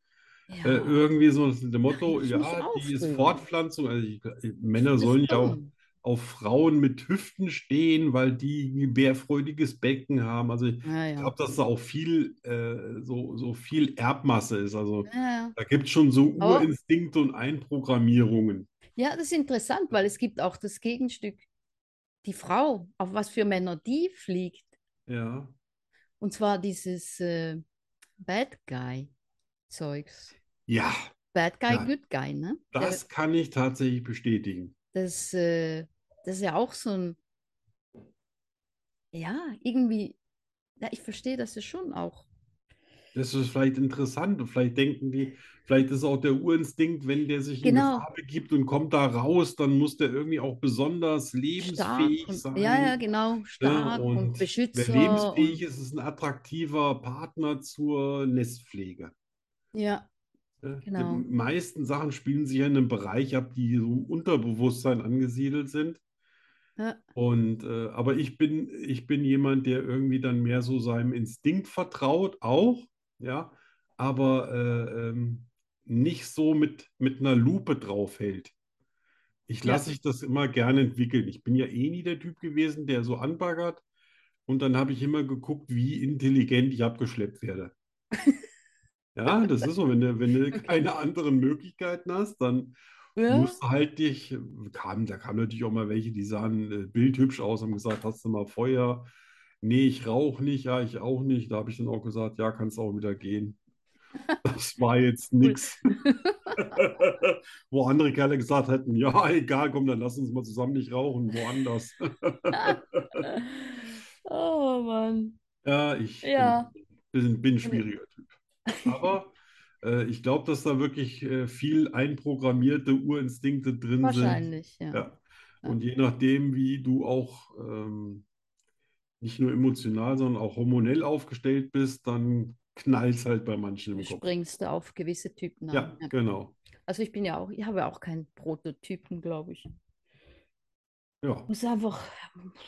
Speaker 2: äh,
Speaker 1: Ja,
Speaker 2: irgendwie so das dem Motto,
Speaker 1: Kann ich
Speaker 2: ja,
Speaker 1: mich
Speaker 2: die ist
Speaker 1: aufregen.
Speaker 2: Fortpflanzung. Also ich, Männer
Speaker 1: das ist
Speaker 2: sollen ja auch
Speaker 1: dumm.
Speaker 2: auf Frauen mit Hüften stehen, weil die ein gebärfreudiges Becken haben. Also ich
Speaker 1: Ja, ja.
Speaker 2: glaube, dass da auch viel, äh, so, so viel Erbmasse ist. Also
Speaker 1: Ja, ja.
Speaker 2: da gibt es schon so
Speaker 1: Aber-
Speaker 2: Urinstinkte und Einprogrammierungen.
Speaker 1: ja, das ist interessant, weil es gibt auch das Gegenstück. Die Frau, auf was für Männer die fliegt.
Speaker 2: Ja.
Speaker 1: Und zwar dieses äh, Bad Guy-Zeugs.
Speaker 2: Ja.
Speaker 1: Bad Guy,
Speaker 2: Ja.
Speaker 1: Good Guy, ne? Der-
Speaker 2: Das kann ich tatsächlich bestätigen.
Speaker 1: das, äh, das ist ja auch so ein. Ja, irgendwie. Ja, ich verstehe das ja schon auch.
Speaker 2: Das ist vielleicht interessant. und Vielleicht denken die, vielleicht ist auch der Urinstinkt, wenn der sich in
Speaker 1: Genau.
Speaker 2: Gefahr begibt und kommt da raus, dann muss der irgendwie auch besonders
Speaker 1: Stark
Speaker 2: lebensfähig
Speaker 1: und,
Speaker 2: sein.
Speaker 1: ja, ja, genau, stark und
Speaker 2: und wer
Speaker 1: Beschützer
Speaker 2: lebensfähig
Speaker 1: und
Speaker 2: ist, ist ein attraktiver Partner zur Nestpflege.
Speaker 1: ja,
Speaker 2: Ne?
Speaker 1: Genau.
Speaker 2: Die meisten Sachen spielen sich ja in einem Bereich ab, die so im Unterbewusstsein angesiedelt sind.
Speaker 1: Ja.
Speaker 2: Und äh, aber ich bin, ich bin jemand, der irgendwie dann mehr so seinem Instinkt vertraut, auch, ja, aber äh, ähm, nicht so mit, mit einer Lupe draufhält. Ich
Speaker 1: Ja.
Speaker 2: lasse ich das immer gerne entwickeln. Ich bin ja eh nie der Typ gewesen, der so anbaggert. Und dann habe ich immer geguckt, wie intelligent ich abgeschleppt werde. Ja, das ist so. Wenn du, wenn du keine anderen Möglichkeiten hast, dann
Speaker 1: Ja.
Speaker 2: musst du halt dich, kam, da kamen natürlich auch mal welche, die sahen äh, bildhübsch aus, haben gesagt, hast du mal Feuer? Nee, ich rauche nicht, ja, ich auch nicht. Da habe ich dann auch gesagt, ja, kannst auch wieder gehen. Das war jetzt nix. Wo andere Kerle gesagt hätten, ja, egal, komm, dann lass uns mal zusammen nicht rauchen, woanders.
Speaker 1: Oh Mann.
Speaker 2: Ja, ich bin,
Speaker 1: Ja.
Speaker 2: bin, bin ein schwieriger Typ. Aber äh, ich glaube, dass da wirklich äh, viel einprogrammierte Urinstinkte drin sind.
Speaker 1: Wahrscheinlich, ja.
Speaker 2: Ja. Und je nachdem, wie du auch ähm, nicht nur emotional, sondern auch hormonell aufgestellt bist, dann knallt es halt bei manchen
Speaker 1: Du
Speaker 2: im Kopf.
Speaker 1: springst da auf gewisse Typen an.
Speaker 2: Ja,
Speaker 1: Ja.
Speaker 2: genau.
Speaker 1: Also ich bin ja auch, ich habe ja auch keinen Prototypen, glaube ich.
Speaker 2: Ja.
Speaker 1: Muss einfach,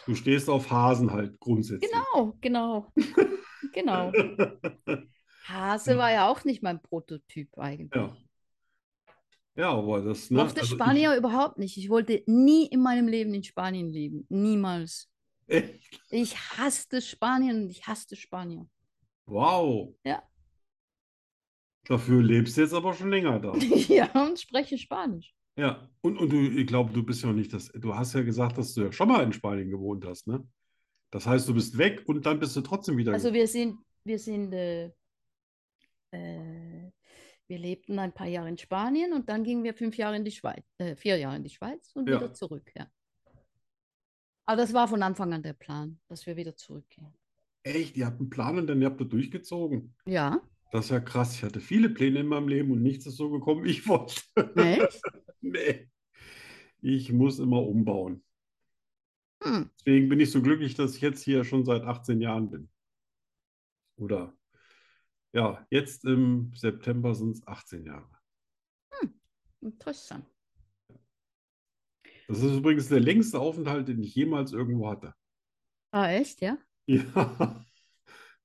Speaker 2: Du stehst auf Hasen halt grundsätzlich.
Speaker 1: genau, genau, genau. Hase war ja auch nicht mein Prototyp eigentlich.
Speaker 2: Ja. Ja, aber das, ne,
Speaker 1: Mochte
Speaker 2: also ich-
Speaker 1: Spanier überhaupt nicht. Ich wollte nie in meinem Leben in Spanien leben. Niemals.
Speaker 2: Echt?
Speaker 1: Ich hasste Spanien und ich hasste Spanier.
Speaker 2: Wow.
Speaker 1: Ja.
Speaker 2: Dafür lebst du jetzt aber schon länger da.
Speaker 1: Ja, und spreche Spanisch.
Speaker 2: Ja. Und, und du, ich glaube, du bist ja nicht das. Du hast ja gesagt, dass du ja schon mal in Spanien gewohnt hast, ne? Das heißt, du bist weg und dann bist du trotzdem wieder
Speaker 1: Also wir sind, wir sind, äh, äh, wir lebten ein paar Jahre in Spanien und dann gingen wir fünf Jahre in die Schweiz, äh, vier Jahre in die Schweiz und
Speaker 2: Ja.
Speaker 1: wieder zurück, ja. Aber das war von Anfang an der Plan, dass wir wieder zurückgehen.
Speaker 2: Echt, ihr habt einen Plan und dann habt ihr durchgezogen.
Speaker 1: Ja,
Speaker 2: Das ist ja krass. Ich hatte viele Pläne in meinem Leben und nichts ist so gekommen, wie ich wollte.
Speaker 1: echt?
Speaker 2: Nee. Ich muss immer umbauen.
Speaker 1: Hm.
Speaker 2: Deswegen bin ich so glücklich, dass ich jetzt hier schon seit 18 Jahren bin. Oder ja, jetzt im September sind es 18 Jahre.
Speaker 1: Interessant.
Speaker 2: Das ist übrigens der längste Aufenthalt, den ich jemals irgendwo hatte.
Speaker 1: Ah, echt, ja?
Speaker 2: Ja.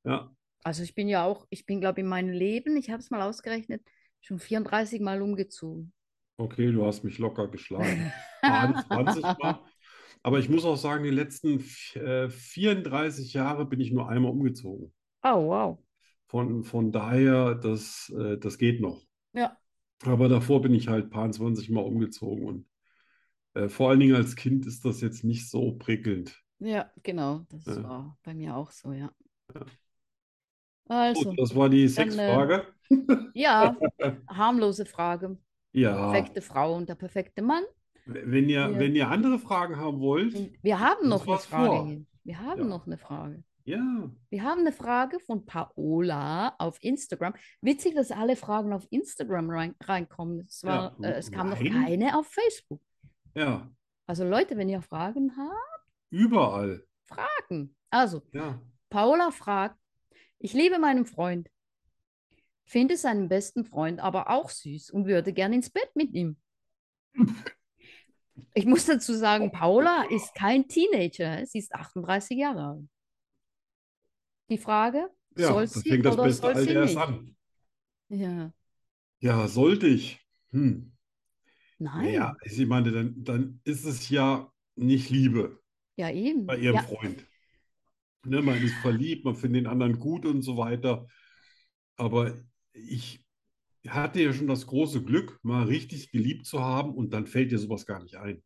Speaker 2: Ja,
Speaker 1: Also ich bin ja auch, ich bin, glaube ich, in meinem Leben, ich habe es mal ausgerechnet, schon 34 Mal umgezogen.
Speaker 2: okay, du hast mich locker geschlagen. 20 Mal. Aber ich muss auch sagen, die letzten äh, 34 Jahre bin ich nur einmal umgezogen.
Speaker 1: Oh, wow.
Speaker 2: Von, von daher, das, äh, das geht noch.
Speaker 1: Ja.
Speaker 2: Aber davor bin ich halt paar 20 Mal umgezogen und äh, vor allen Dingen als Kind ist das jetzt nicht so prickelnd.
Speaker 1: Ja, genau, das
Speaker 2: Ja.
Speaker 1: war bei mir auch so, ja.
Speaker 2: Ja.
Speaker 1: Also,
Speaker 2: Gut, das war die
Speaker 1: dann, äh,
Speaker 2: Sexfrage.
Speaker 1: ja, harmlose Frage.
Speaker 2: Ja,
Speaker 1: Perfekte Frau und der perfekte Mann.
Speaker 2: wenn ihr,
Speaker 1: Ja. Hm.
Speaker 2: wenn ihr andere Fragen haben wollt,
Speaker 1: Und wir haben
Speaker 2: Uns
Speaker 1: noch eine
Speaker 2: was
Speaker 1: Frage.
Speaker 2: vor.
Speaker 1: hier. Wir haben
Speaker 2: Ja.
Speaker 1: noch eine Frage.
Speaker 2: ja,
Speaker 1: Wir haben eine Frage von Paola auf Instagram. Witzig, dass alle Fragen auf Instagram rein, reinkommen. Es
Speaker 2: Ja,
Speaker 1: war, äh, es kam noch
Speaker 2: nein.
Speaker 1: keine auf Facebook.
Speaker 2: ja,
Speaker 1: Also Leute, wenn ihr Fragen habt,
Speaker 2: überall.
Speaker 1: Fragen. Also,
Speaker 2: Ja,
Speaker 1: Paula fragt, ich liebe meinen Freund, finde seinen besten Freund aber auch süß und würde gern ins Bett mit ihm. Ich muss dazu sagen, Paula ist kein Teenager, sie ist 38 Jahre alt. Die Frage,
Speaker 2: ja,
Speaker 1: soll
Speaker 2: da
Speaker 1: sie
Speaker 2: fängt das
Speaker 1: oder
Speaker 2: beste
Speaker 1: soll
Speaker 2: Alter
Speaker 1: sie
Speaker 2: erst
Speaker 1: nicht?
Speaker 2: an.
Speaker 1: Ja,
Speaker 2: Ja, sollte ich. Hm.
Speaker 1: nein,
Speaker 2: Ja, also
Speaker 1: ja,
Speaker 2: ich meine, dann, dann ist es ja nicht Liebe
Speaker 1: eben.
Speaker 2: bei ihrem
Speaker 1: Ja,
Speaker 2: Freund. Ne, man ist verliebt, man findet den anderen gut und so weiter. Aber ich hatte ja schon das große Glück, mal richtig geliebt zu haben und dann fällt dir sowas gar nicht ein.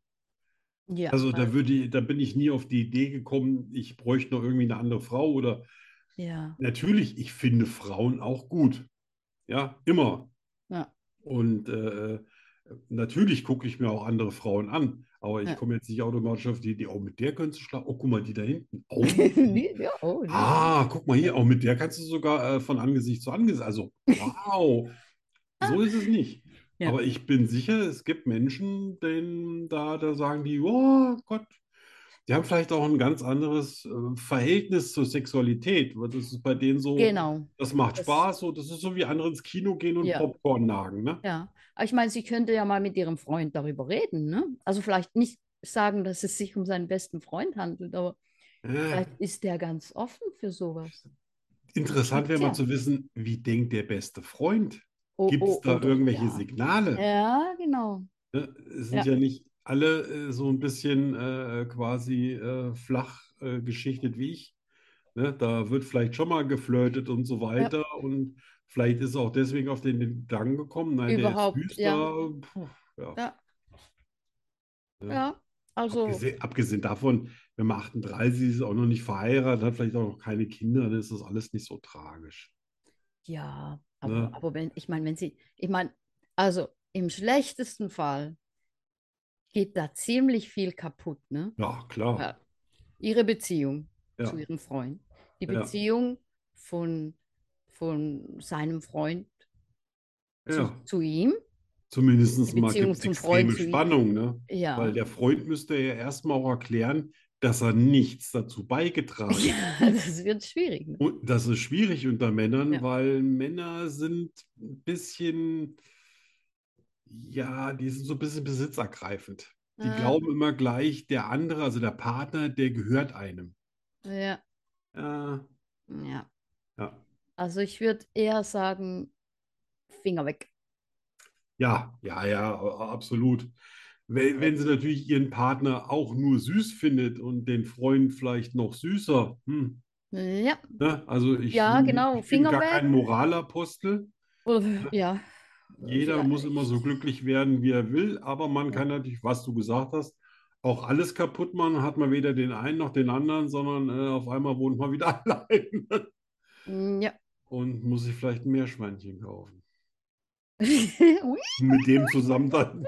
Speaker 1: ja,
Speaker 2: Also da würde, da bin ich nie auf die Idee gekommen, ich bräuchte noch irgendwie eine andere Frau oder
Speaker 1: ja,
Speaker 2: natürlich, ich finde Frauen auch gut. Ja, immer.
Speaker 1: Ja.
Speaker 2: Und äh, natürlich gucke ich mir auch andere Frauen an, aber ich
Speaker 1: Ja.
Speaker 2: komme jetzt nicht automatisch auf die Idee, oh, mit der könntest du schlafen. Oh, guck mal, die da hinten. Oh,
Speaker 1: Nee, ja, oh, nee.
Speaker 2: ah, guck mal hier, auch mit der kannst du sogar äh, von Angesicht zu Angesicht. Also, wow, so ist es nicht.
Speaker 1: Ja.
Speaker 2: Aber ich bin sicher, es gibt Menschen, denen da, da sagen die, oh Gott, die haben vielleicht auch ein ganz anderes äh, Verhältnis zur Sexualität, weil das ist bei denen so,
Speaker 1: Genau,
Speaker 2: das macht
Speaker 1: Das-
Speaker 2: Spaß, so, das ist so wie andere ins Kino gehen und
Speaker 1: Ja.
Speaker 2: Popcorn nagen, ne?
Speaker 1: ja. Aber ich meine, sie könnte ja mal mit ihrem Freund darüber reden, ne? Also vielleicht nicht sagen, dass es sich um seinen besten Freund handelt, aber
Speaker 2: Äh,
Speaker 1: Vielleicht ist der ganz offen für sowas.
Speaker 2: Interessant wäre mal zu wissen, wie denkt der beste Freund?
Speaker 3: Oh,
Speaker 2: Gibt es
Speaker 3: oh,
Speaker 2: da
Speaker 3: oder-
Speaker 2: irgendwelche
Speaker 3: ja.
Speaker 2: Signale?
Speaker 3: Ja, genau.
Speaker 2: Ne? Es sind ja nicht alle äh, so ein bisschen äh, quasi äh, flach äh, geschichtet wie ich. Ne? Da wird vielleicht schon mal geflirtet und so weiter. Und vielleicht ist er auch deswegen auf den Gedanken gekommen, nein, der ist
Speaker 1: Überhaupt,
Speaker 2: süß,
Speaker 1: ja.
Speaker 2: da, puh, ja.
Speaker 1: Ja.
Speaker 2: Ne?
Speaker 1: Ja, also
Speaker 2: Abgesehen, abgesehen davon, wenn man 38 ist, auch noch nicht verheiratet, hat vielleicht auch noch keine Kinder, dann ist das alles nicht so tragisch.
Speaker 1: ja,
Speaker 2: Ne?
Speaker 1: aber, aber wenn, ich meine, wenn sie, ich meine, also im schlechtesten Fall geht da ziemlich viel kaputt, ne?
Speaker 2: Ja, klar.
Speaker 1: Ja. Ihre Beziehung
Speaker 2: Ja.
Speaker 1: zu ihrem Freund, die
Speaker 2: Ja.
Speaker 1: Beziehung von, von seinem Freund
Speaker 2: Ja.
Speaker 1: zu, zu ihm,
Speaker 2: Zumindest
Speaker 1: Die
Speaker 2: mal
Speaker 1: Beziehung
Speaker 2: gibt es
Speaker 1: zum Freund
Speaker 2: extreme
Speaker 1: zu ihm.
Speaker 2: Spannung, ne?
Speaker 1: ja.
Speaker 2: Weil der Freund müsste ja erstmal auch erklären, dass er nichts dazu beigetragen hat.
Speaker 1: Ja, das wird schwierig. Ne?
Speaker 2: Und das ist schwierig unter Männern,
Speaker 1: Ja.
Speaker 2: weil Männer sind ein bisschen, ja, die sind so ein bisschen besitzergreifend. Die
Speaker 1: Ah.
Speaker 2: glauben immer gleich, der andere, also der Partner, der gehört einem.
Speaker 1: Ja,
Speaker 2: Ja,
Speaker 1: ja.
Speaker 2: ja,
Speaker 1: Also ich würde eher sagen, Finger weg.
Speaker 2: ja, ja, ja, a- absolut. Wenn, wenn sie natürlich ihren Partner auch nur süß findet und den Freund vielleicht noch süßer, hm,
Speaker 1: Ja,
Speaker 2: ne? Also ich
Speaker 1: Ja,
Speaker 2: bin,
Speaker 1: genau,
Speaker 2: ich bin
Speaker 1: Finger
Speaker 2: gar
Speaker 1: weg.
Speaker 2: kein Moralapostel.
Speaker 1: oder- ja.
Speaker 2: Jeder muss immer so glücklich werden, wie er will, aber man kann natürlich, was du gesagt hast, auch alles kaputt machen, hat man weder den einen noch den anderen, sondern äh, auf einmal wohnt man wieder allein
Speaker 1: Mm, Ja.
Speaker 2: und muss sich vielleicht ein Meerschweinchen kaufen.
Speaker 1: Ui,
Speaker 2: Um mit dem zusammen dann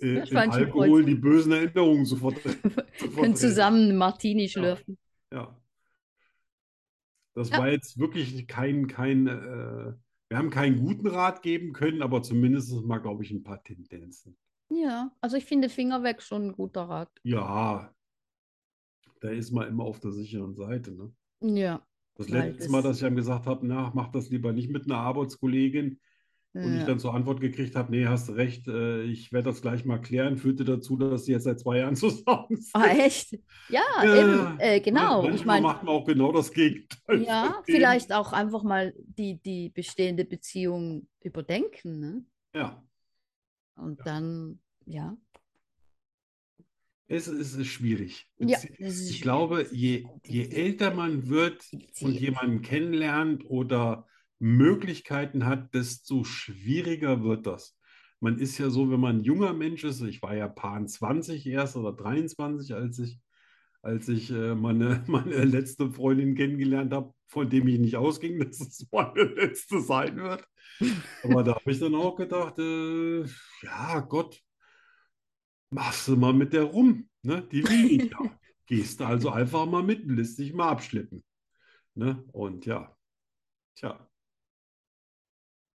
Speaker 2: äh, im
Speaker 1: Meerschweinchen
Speaker 2: Alkohol die bösen Erinnerungen zu verdrängen. zu
Speaker 1: Können
Speaker 2: verdrängen.
Speaker 1: zusammen einen
Speaker 2: Genau.
Speaker 1: Martini schlürfen.
Speaker 2: Ja. Das
Speaker 1: Ja.
Speaker 2: war jetzt wirklich kein, kein, äh, wir haben keinen guten Rat geben können, aber zumindest mal, glaube ich, ein paar Tendenzen.
Speaker 1: Ja, also ich finde Finger weg schon ein guter Rat.
Speaker 2: Ja, da ist man immer auf der sicheren Seite, ne?
Speaker 1: Ja.
Speaker 2: Das
Speaker 1: Weil
Speaker 2: letzte
Speaker 1: das-
Speaker 2: Mal, dass ich einem gesagt habe, na, mach das lieber nicht mit einer Arbeitskollegin und ich
Speaker 1: ja.
Speaker 2: dann zur Antwort gekriegt habe, nee, hast recht, äh, ich werde das gleich mal klären, führte dazu, dass sie jetzt seit zwei Jahren zusammen sind.
Speaker 1: Ah, echt? Ja,
Speaker 2: Ja,
Speaker 1: eben, äh, genau. Ich
Speaker 2: Manchmal
Speaker 1: meine,
Speaker 2: macht man auch genau das Gegenteil
Speaker 1: ja,
Speaker 2: von dem.
Speaker 1: vielleicht auch einfach mal die, die bestehende Beziehung überdenken, ne?
Speaker 2: Ja,
Speaker 1: Und dann, ja.
Speaker 2: es, es ist schwierig.
Speaker 1: Ja,
Speaker 2: Bezie-
Speaker 1: das ist
Speaker 2: Ich glaube, je, je älter man wird, und
Speaker 1: Beziehung.
Speaker 2: jemanden kennenlernt oder Möglichkeiten hat, desto schwieriger wird das. Man ist ja so, wenn man ein junger Mensch ist, ich war ja Paar 20 erst oder 23, als ich, als ich äh, meine, meine letzte Freundin kennengelernt habe, von dem ich nicht ausging, dass es meine letzte sein wird. Aber da habe ich dann auch gedacht, äh, ja Gott, machst du mal mit der rum, ne? Die will ich ja. Gehst also einfach mal mit, und lässt dich mal abschleppen. Ne? Und ja, tja,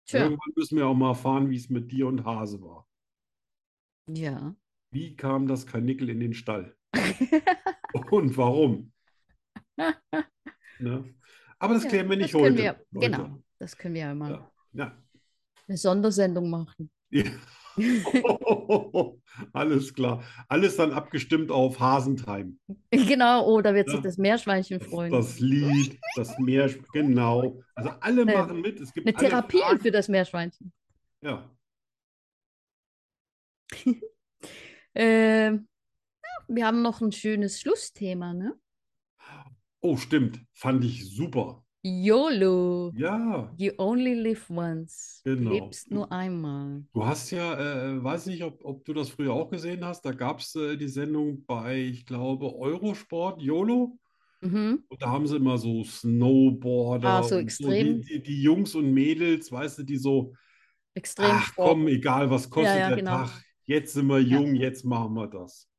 Speaker 1: Tja,
Speaker 2: irgendwann müssen wir auch mal erfahren, wie es mit dir und Hase war.
Speaker 1: ja.
Speaker 2: Wie kam das Karnickel in den Stall? Und warum? Ne? Aber das
Speaker 1: Ja,
Speaker 2: klären wir
Speaker 1: das
Speaker 2: nicht
Speaker 1: können
Speaker 2: heute,
Speaker 1: wir-
Speaker 2: Leute.
Speaker 1: genau. Das können wir ja mal
Speaker 2: Ja. Ja.
Speaker 1: eine Sondersendung machen.
Speaker 2: Ja.
Speaker 1: genau.
Speaker 2: Alles klar. Alles dann abgestimmt auf Hasentime.
Speaker 1: Genau, oh, da wird sich
Speaker 2: Ja.
Speaker 1: das Meerschweinchen freuen.
Speaker 2: Das Lied, das Meer, genau. Also alle
Speaker 1: Äh,
Speaker 2: machen mit. Es gibt
Speaker 1: Eine
Speaker 2: alle
Speaker 1: Therapie
Speaker 2: Fragen.
Speaker 1: für das Meerschweinchen.
Speaker 2: Ja.
Speaker 1: Ähm, ja, wir haben noch ein schönes Schlussthema, ne?
Speaker 2: Oh, stimmt. Fand ich super.
Speaker 1: YOLO.
Speaker 2: Ja.
Speaker 1: You only live once. Du
Speaker 2: Genau.
Speaker 1: lebst nur einmal.
Speaker 2: Du hast ja, äh, weiß nicht, ob, ob du das früher auch gesehen hast, da gab es äh, die Sendung bei, ich glaube, Eurosport, YOLO.
Speaker 1: Mhm.
Speaker 2: Und da haben sie immer so Snowboarder
Speaker 1: Ah, so
Speaker 2: und
Speaker 1: extrem.
Speaker 2: so die, die, die Jungs und Mädels, weißt du, die so,
Speaker 1: Extrem
Speaker 2: ach komm, egal was kostet
Speaker 1: ja,
Speaker 2: der
Speaker 1: genau.
Speaker 2: Tag, jetzt sind wir jung, jetzt machen wir das.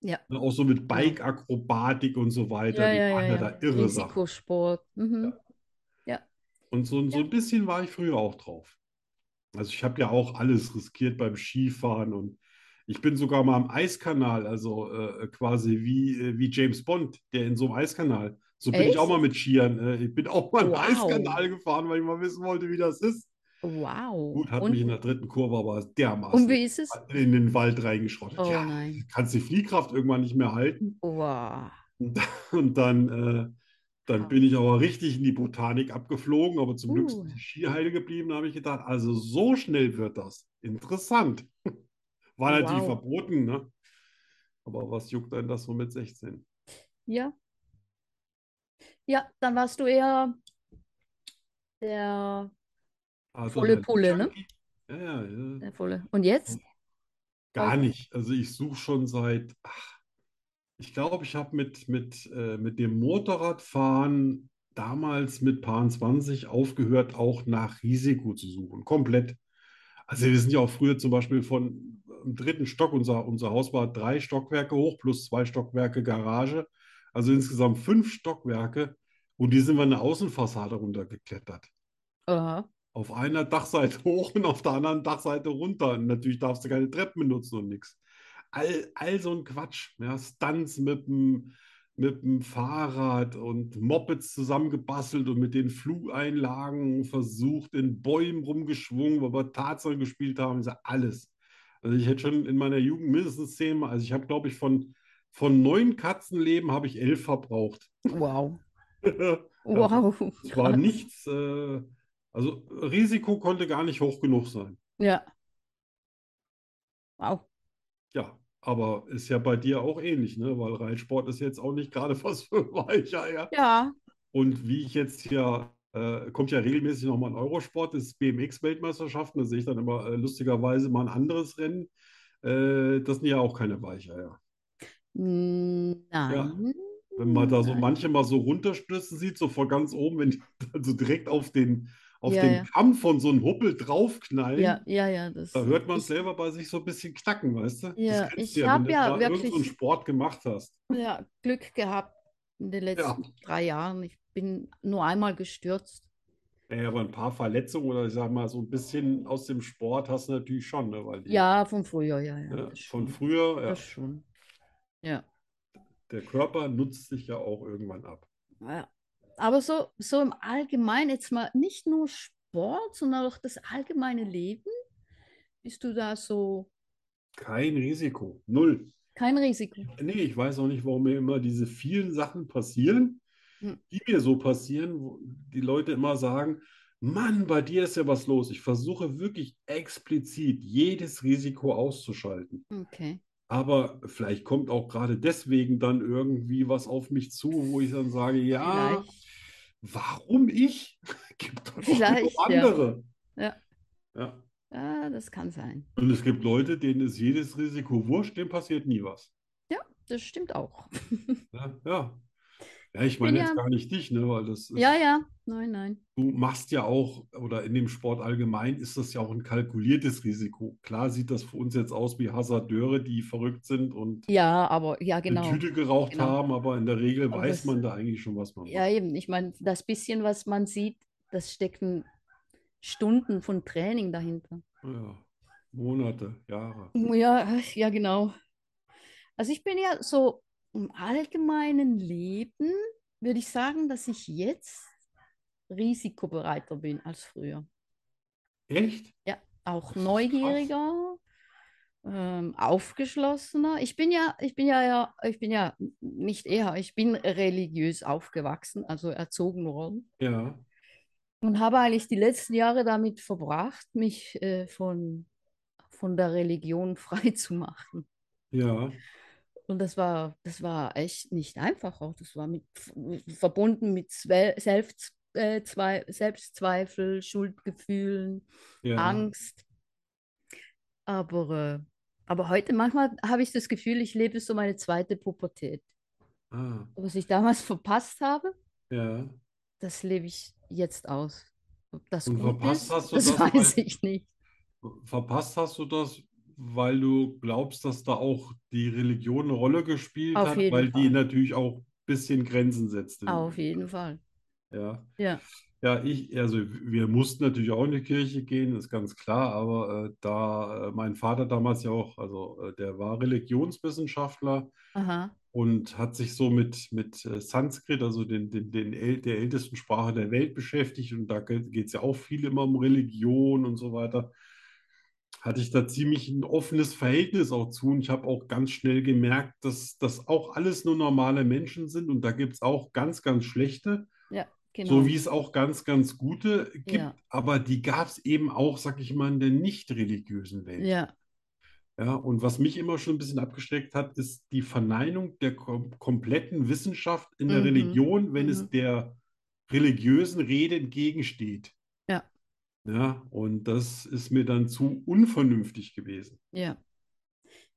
Speaker 1: Ja. Genau.
Speaker 2: Und auch so mit Bike-Akrobatik und so weiter,
Speaker 1: Ja,
Speaker 2: die
Speaker 1: ja,
Speaker 2: machen
Speaker 1: ja, ja.
Speaker 2: ja da irre Sachen.
Speaker 1: Risikosport. Mhm.
Speaker 2: Und so, so ein bisschen war ich früher auch drauf. Also ich habe ja auch alles riskiert beim Skifahren und ich bin sogar mal am Eiskanal, also äh, quasi wie, äh, wie James Bond, der in so einem Eiskanal. So bin ich auch
Speaker 1: Echt?
Speaker 2: mal mit Skiern. Äh, ich bin auch mal im
Speaker 1: Wow.
Speaker 2: Eiskanal gefahren, weil ich mal wissen wollte, wie das ist.
Speaker 1: Wow.
Speaker 2: Gut, hat
Speaker 1: Und,
Speaker 2: mich in der dritten Kurve aber dermaßen
Speaker 1: und wie ist es?
Speaker 2: in den Wald reingeschrottet.
Speaker 1: Oh
Speaker 2: Ja,
Speaker 1: nein.
Speaker 2: kannst die Fliehkraft irgendwann nicht mehr halten.
Speaker 1: Wow.
Speaker 2: Und dann, äh, Dann bin ich aber richtig in die Botanik abgeflogen, aber zum Glück
Speaker 1: Uh.
Speaker 2: sind die Skiheile geblieben, da habe ich gedacht. Also so schnell wird das. Interessant. War natürlich
Speaker 1: Oh, Wow.
Speaker 2: verboten, ne? Aber was juckt einen das so mit 16?
Speaker 1: Ja. Ja, dann warst du eher der,
Speaker 2: Also
Speaker 1: Volle
Speaker 2: mein
Speaker 1: Pulle, ne?
Speaker 2: Junkie- Ja, ja, ja.
Speaker 1: der Volle. Und jetzt?
Speaker 2: Gar nicht. Also ich suche schon seit, ach, ich glaube, ich habe mit, mit, äh, mit dem Motorradfahren damals mit Paaren 20 aufgehört, auch nach Risiko zu suchen. Komplett. Also wir sind ja auch früher zum Beispiel von äh, im dritten Stock, unser, unser Haus war drei Stockwerke hoch, plus zwei Stockwerke Garage. Also insgesamt fünf Stockwerke. Und die sind wir eine Außenfassade runtergeklettert
Speaker 1: Aha.
Speaker 2: auf einer Dachseite hoch und auf der anderen Dachseite runter. Und natürlich darfst du keine Treppen benutzen und nichts. All, all so ein Quatsch. Ja, Stunts mit dem, mit dem Fahrrad und Mopeds zusammengebastelt und mit den Flugeinlagen versucht, in Bäumen rumgeschwungen, wo wir Tatsache gespielt haben. Ist ja alles. Also ich hätte schon in meiner Jugend mindestens zehnmal, also ich habe, glaube ich, von, von neun Katzenleben habe ich elf verbraucht.
Speaker 1: Wow.
Speaker 2: das-
Speaker 1: Wow.
Speaker 2: Es war nichts, äh, also Risiko konnte gar nicht hoch genug sein.
Speaker 1: Ja. Wow.
Speaker 2: Ja, aber ist ja bei dir auch ähnlich, ne? Weil Reitsport ist jetzt auch nicht gerade was für Weicher, ja.
Speaker 1: Ja.
Speaker 2: Und wie ich jetzt hier, äh, kommt ja regelmäßig nochmal ein Eurosport, das ist BMX-Weltmeisterschaften, da sehe ich dann immer äh, lustigerweise mal ein anderes Rennen. Äh, das sind ja auch keine Weicher, ja.
Speaker 1: Nein.
Speaker 2: Wenn man da so
Speaker 1: Nein.
Speaker 2: manche mal so runterstürzen sieht, so von ganz oben, wenn die dann so direkt auf den, auf
Speaker 1: Ja,
Speaker 2: den
Speaker 1: ja.
Speaker 2: Kamm von so einem Huppel draufknallen.
Speaker 1: Ja, ja, ja, das.
Speaker 2: Da hört man
Speaker 1: ich,
Speaker 2: es selber bei sich so ein bisschen knacken, weißt du? Das
Speaker 1: Ja,
Speaker 2: kennst
Speaker 1: ich
Speaker 2: du ja, wenn
Speaker 1: hab
Speaker 2: du
Speaker 1: ja
Speaker 2: mal irgend so
Speaker 1: wirklich-
Speaker 2: einen Sport gemacht hast.
Speaker 1: ja, Glück gehabt in den
Speaker 2: Ja.
Speaker 1: letzten drei Jahren. Ich bin nur einmal gestürzt.
Speaker 2: Naja, aber ein paar Verletzungen oder ich sag mal, so ein bisschen aus dem Sport hast du natürlich schon, ne? Weil die,
Speaker 1: Ja, vom Frühjahr, ja, ja.
Speaker 2: ne,
Speaker 1: das
Speaker 2: von
Speaker 1: schon.
Speaker 2: früher, ja,
Speaker 1: Das schon. Ja.
Speaker 2: der Körper nutzt sich ja auch irgendwann ab.
Speaker 1: Ja. Äh, Aber so, so im Allgemeinen, jetzt mal nicht nur Sport, sondern auch das allgemeine Leben, bist du da so
Speaker 2: Kein Risiko, null.
Speaker 1: kein Risiko.
Speaker 2: Nee, ich weiß auch nicht, warum mir immer diese vielen Sachen passieren,
Speaker 1: Hm.
Speaker 2: die mir so passieren, wo die Leute immer sagen, Mann, bei dir ist ja was los. Ich versuche wirklich explizit jedes Risiko auszuschalten.
Speaker 1: Okay.
Speaker 2: Aber vielleicht kommt auch gerade deswegen dann irgendwie was auf mich zu, wo ich dann sage, ja,
Speaker 1: Vielleicht.
Speaker 2: warum ich? Gibt doch noch
Speaker 1: Vielleicht, ja.
Speaker 2: andere.
Speaker 1: Ja.
Speaker 2: Ja.
Speaker 1: Ja, das kann sein.
Speaker 2: Und es gibt Leute, denen ist jedes Risiko wurscht, dem passiert nie was.
Speaker 1: Das stimmt auch.
Speaker 2: Ja, ja. Ja, ich meine
Speaker 1: bin
Speaker 2: jetzt
Speaker 1: ja-
Speaker 2: gar nicht dich, ne, weil das ist,
Speaker 1: Ja, ja. Nein, nein.
Speaker 2: du machst ja auch, oder in dem Sport allgemein ist das ja auch ein kalkuliertes Risiko. Klar sieht das für uns jetzt aus wie Hasardeure, die verrückt sind und
Speaker 1: Ja, aber ja,
Speaker 2: eine
Speaker 1: genau.
Speaker 2: Tüte geraucht
Speaker 1: Genau.
Speaker 2: haben, aber in der Regel
Speaker 1: Aber
Speaker 2: weiß
Speaker 1: das-
Speaker 2: man da eigentlich schon, was man macht.
Speaker 1: Ja, eben. Ich meine, das bisschen, was man sieht, das stecken Stunden von Training dahinter.
Speaker 2: Ja, Monate, Jahre.
Speaker 1: Ja, ja, genau. Also ich bin ja so im allgemeinen Leben, würde ich sagen, dass ich jetzt risikobereiter bin als früher.
Speaker 2: Echt?
Speaker 1: Auch neugieriger, ähm, aufgeschlossener. Ich bin ja, ich bin ja, ja, ich bin ja nicht eher, ich bin religiös aufgewachsen, also erzogen worden.
Speaker 2: Ja.
Speaker 1: Und habe eigentlich die letzten Jahre damit verbracht, mich äh, von, von der Religion frei zu machen.
Speaker 2: Ja,
Speaker 1: Und das war, das war echt nicht einfach auch. Das war mit, verbunden mit Zwe- Selbst, äh, Zwei, Selbstzweifel, Schuldgefühlen,
Speaker 2: ja.
Speaker 1: Angst. Aber, äh, aber heute manchmal habe ich das Gefühl, ich lebe so meine zweite Pubertät.
Speaker 2: Ah,
Speaker 1: Was ich damals verpasst habe,
Speaker 2: ja.
Speaker 1: das lebe ich jetzt aus. Ob das
Speaker 2: Und
Speaker 1: gut
Speaker 2: verpasst
Speaker 1: ist,
Speaker 2: hast du
Speaker 1: das
Speaker 2: das,
Speaker 1: weiß
Speaker 2: weil-
Speaker 1: ich nicht.
Speaker 2: Verpasst hast du das, weil du glaubst, dass da auch die Religion eine Rolle gespielt
Speaker 1: Auf
Speaker 2: hat,
Speaker 1: jeden
Speaker 2: weil die
Speaker 1: Fall.
Speaker 2: natürlich auch ein bisschen Grenzen setzt in-
Speaker 1: Auf jeden Fall.
Speaker 2: Ja.
Speaker 1: Ja.
Speaker 2: Ja, ich, also wir mussten natürlich auch in die Kirche gehen, ist ganz klar, aber äh, da äh, mein Vater damals ja auch, also äh, der war Religionswissenschaftler,
Speaker 1: Aha.
Speaker 2: und hat sich so mit, mit äh, Sanskrit, also den, den, den äl der ältesten Sprache der Welt beschäftigt. Und da geht es ja auch viel immer um Religion und so weiter. hatte ich da ziemlich ein offenes Verhältnis auch zu. Und ich habe auch ganz schnell gemerkt, dass das auch alles nur normale Menschen sind. Und da gibt es auch ganz, ganz schlechte,
Speaker 1: Ja, genau.
Speaker 2: so wie es auch ganz, ganz gute gibt.
Speaker 1: Ja.
Speaker 2: Aber die gab es eben auch, sag ich mal, in der nicht religiösen Welt.
Speaker 1: Ja,
Speaker 2: Ja, und was mich immer schon ein bisschen abgeschreckt hat, ist die Verneinung der kom kompletten Wissenschaft in der
Speaker 1: Mhm.
Speaker 2: Religion, wenn es
Speaker 1: Mhm.
Speaker 2: der religiösen Rede entgegensteht.
Speaker 1: Ja.
Speaker 2: Ja, und das ist mir dann zu unvernünftig gewesen.
Speaker 1: ja.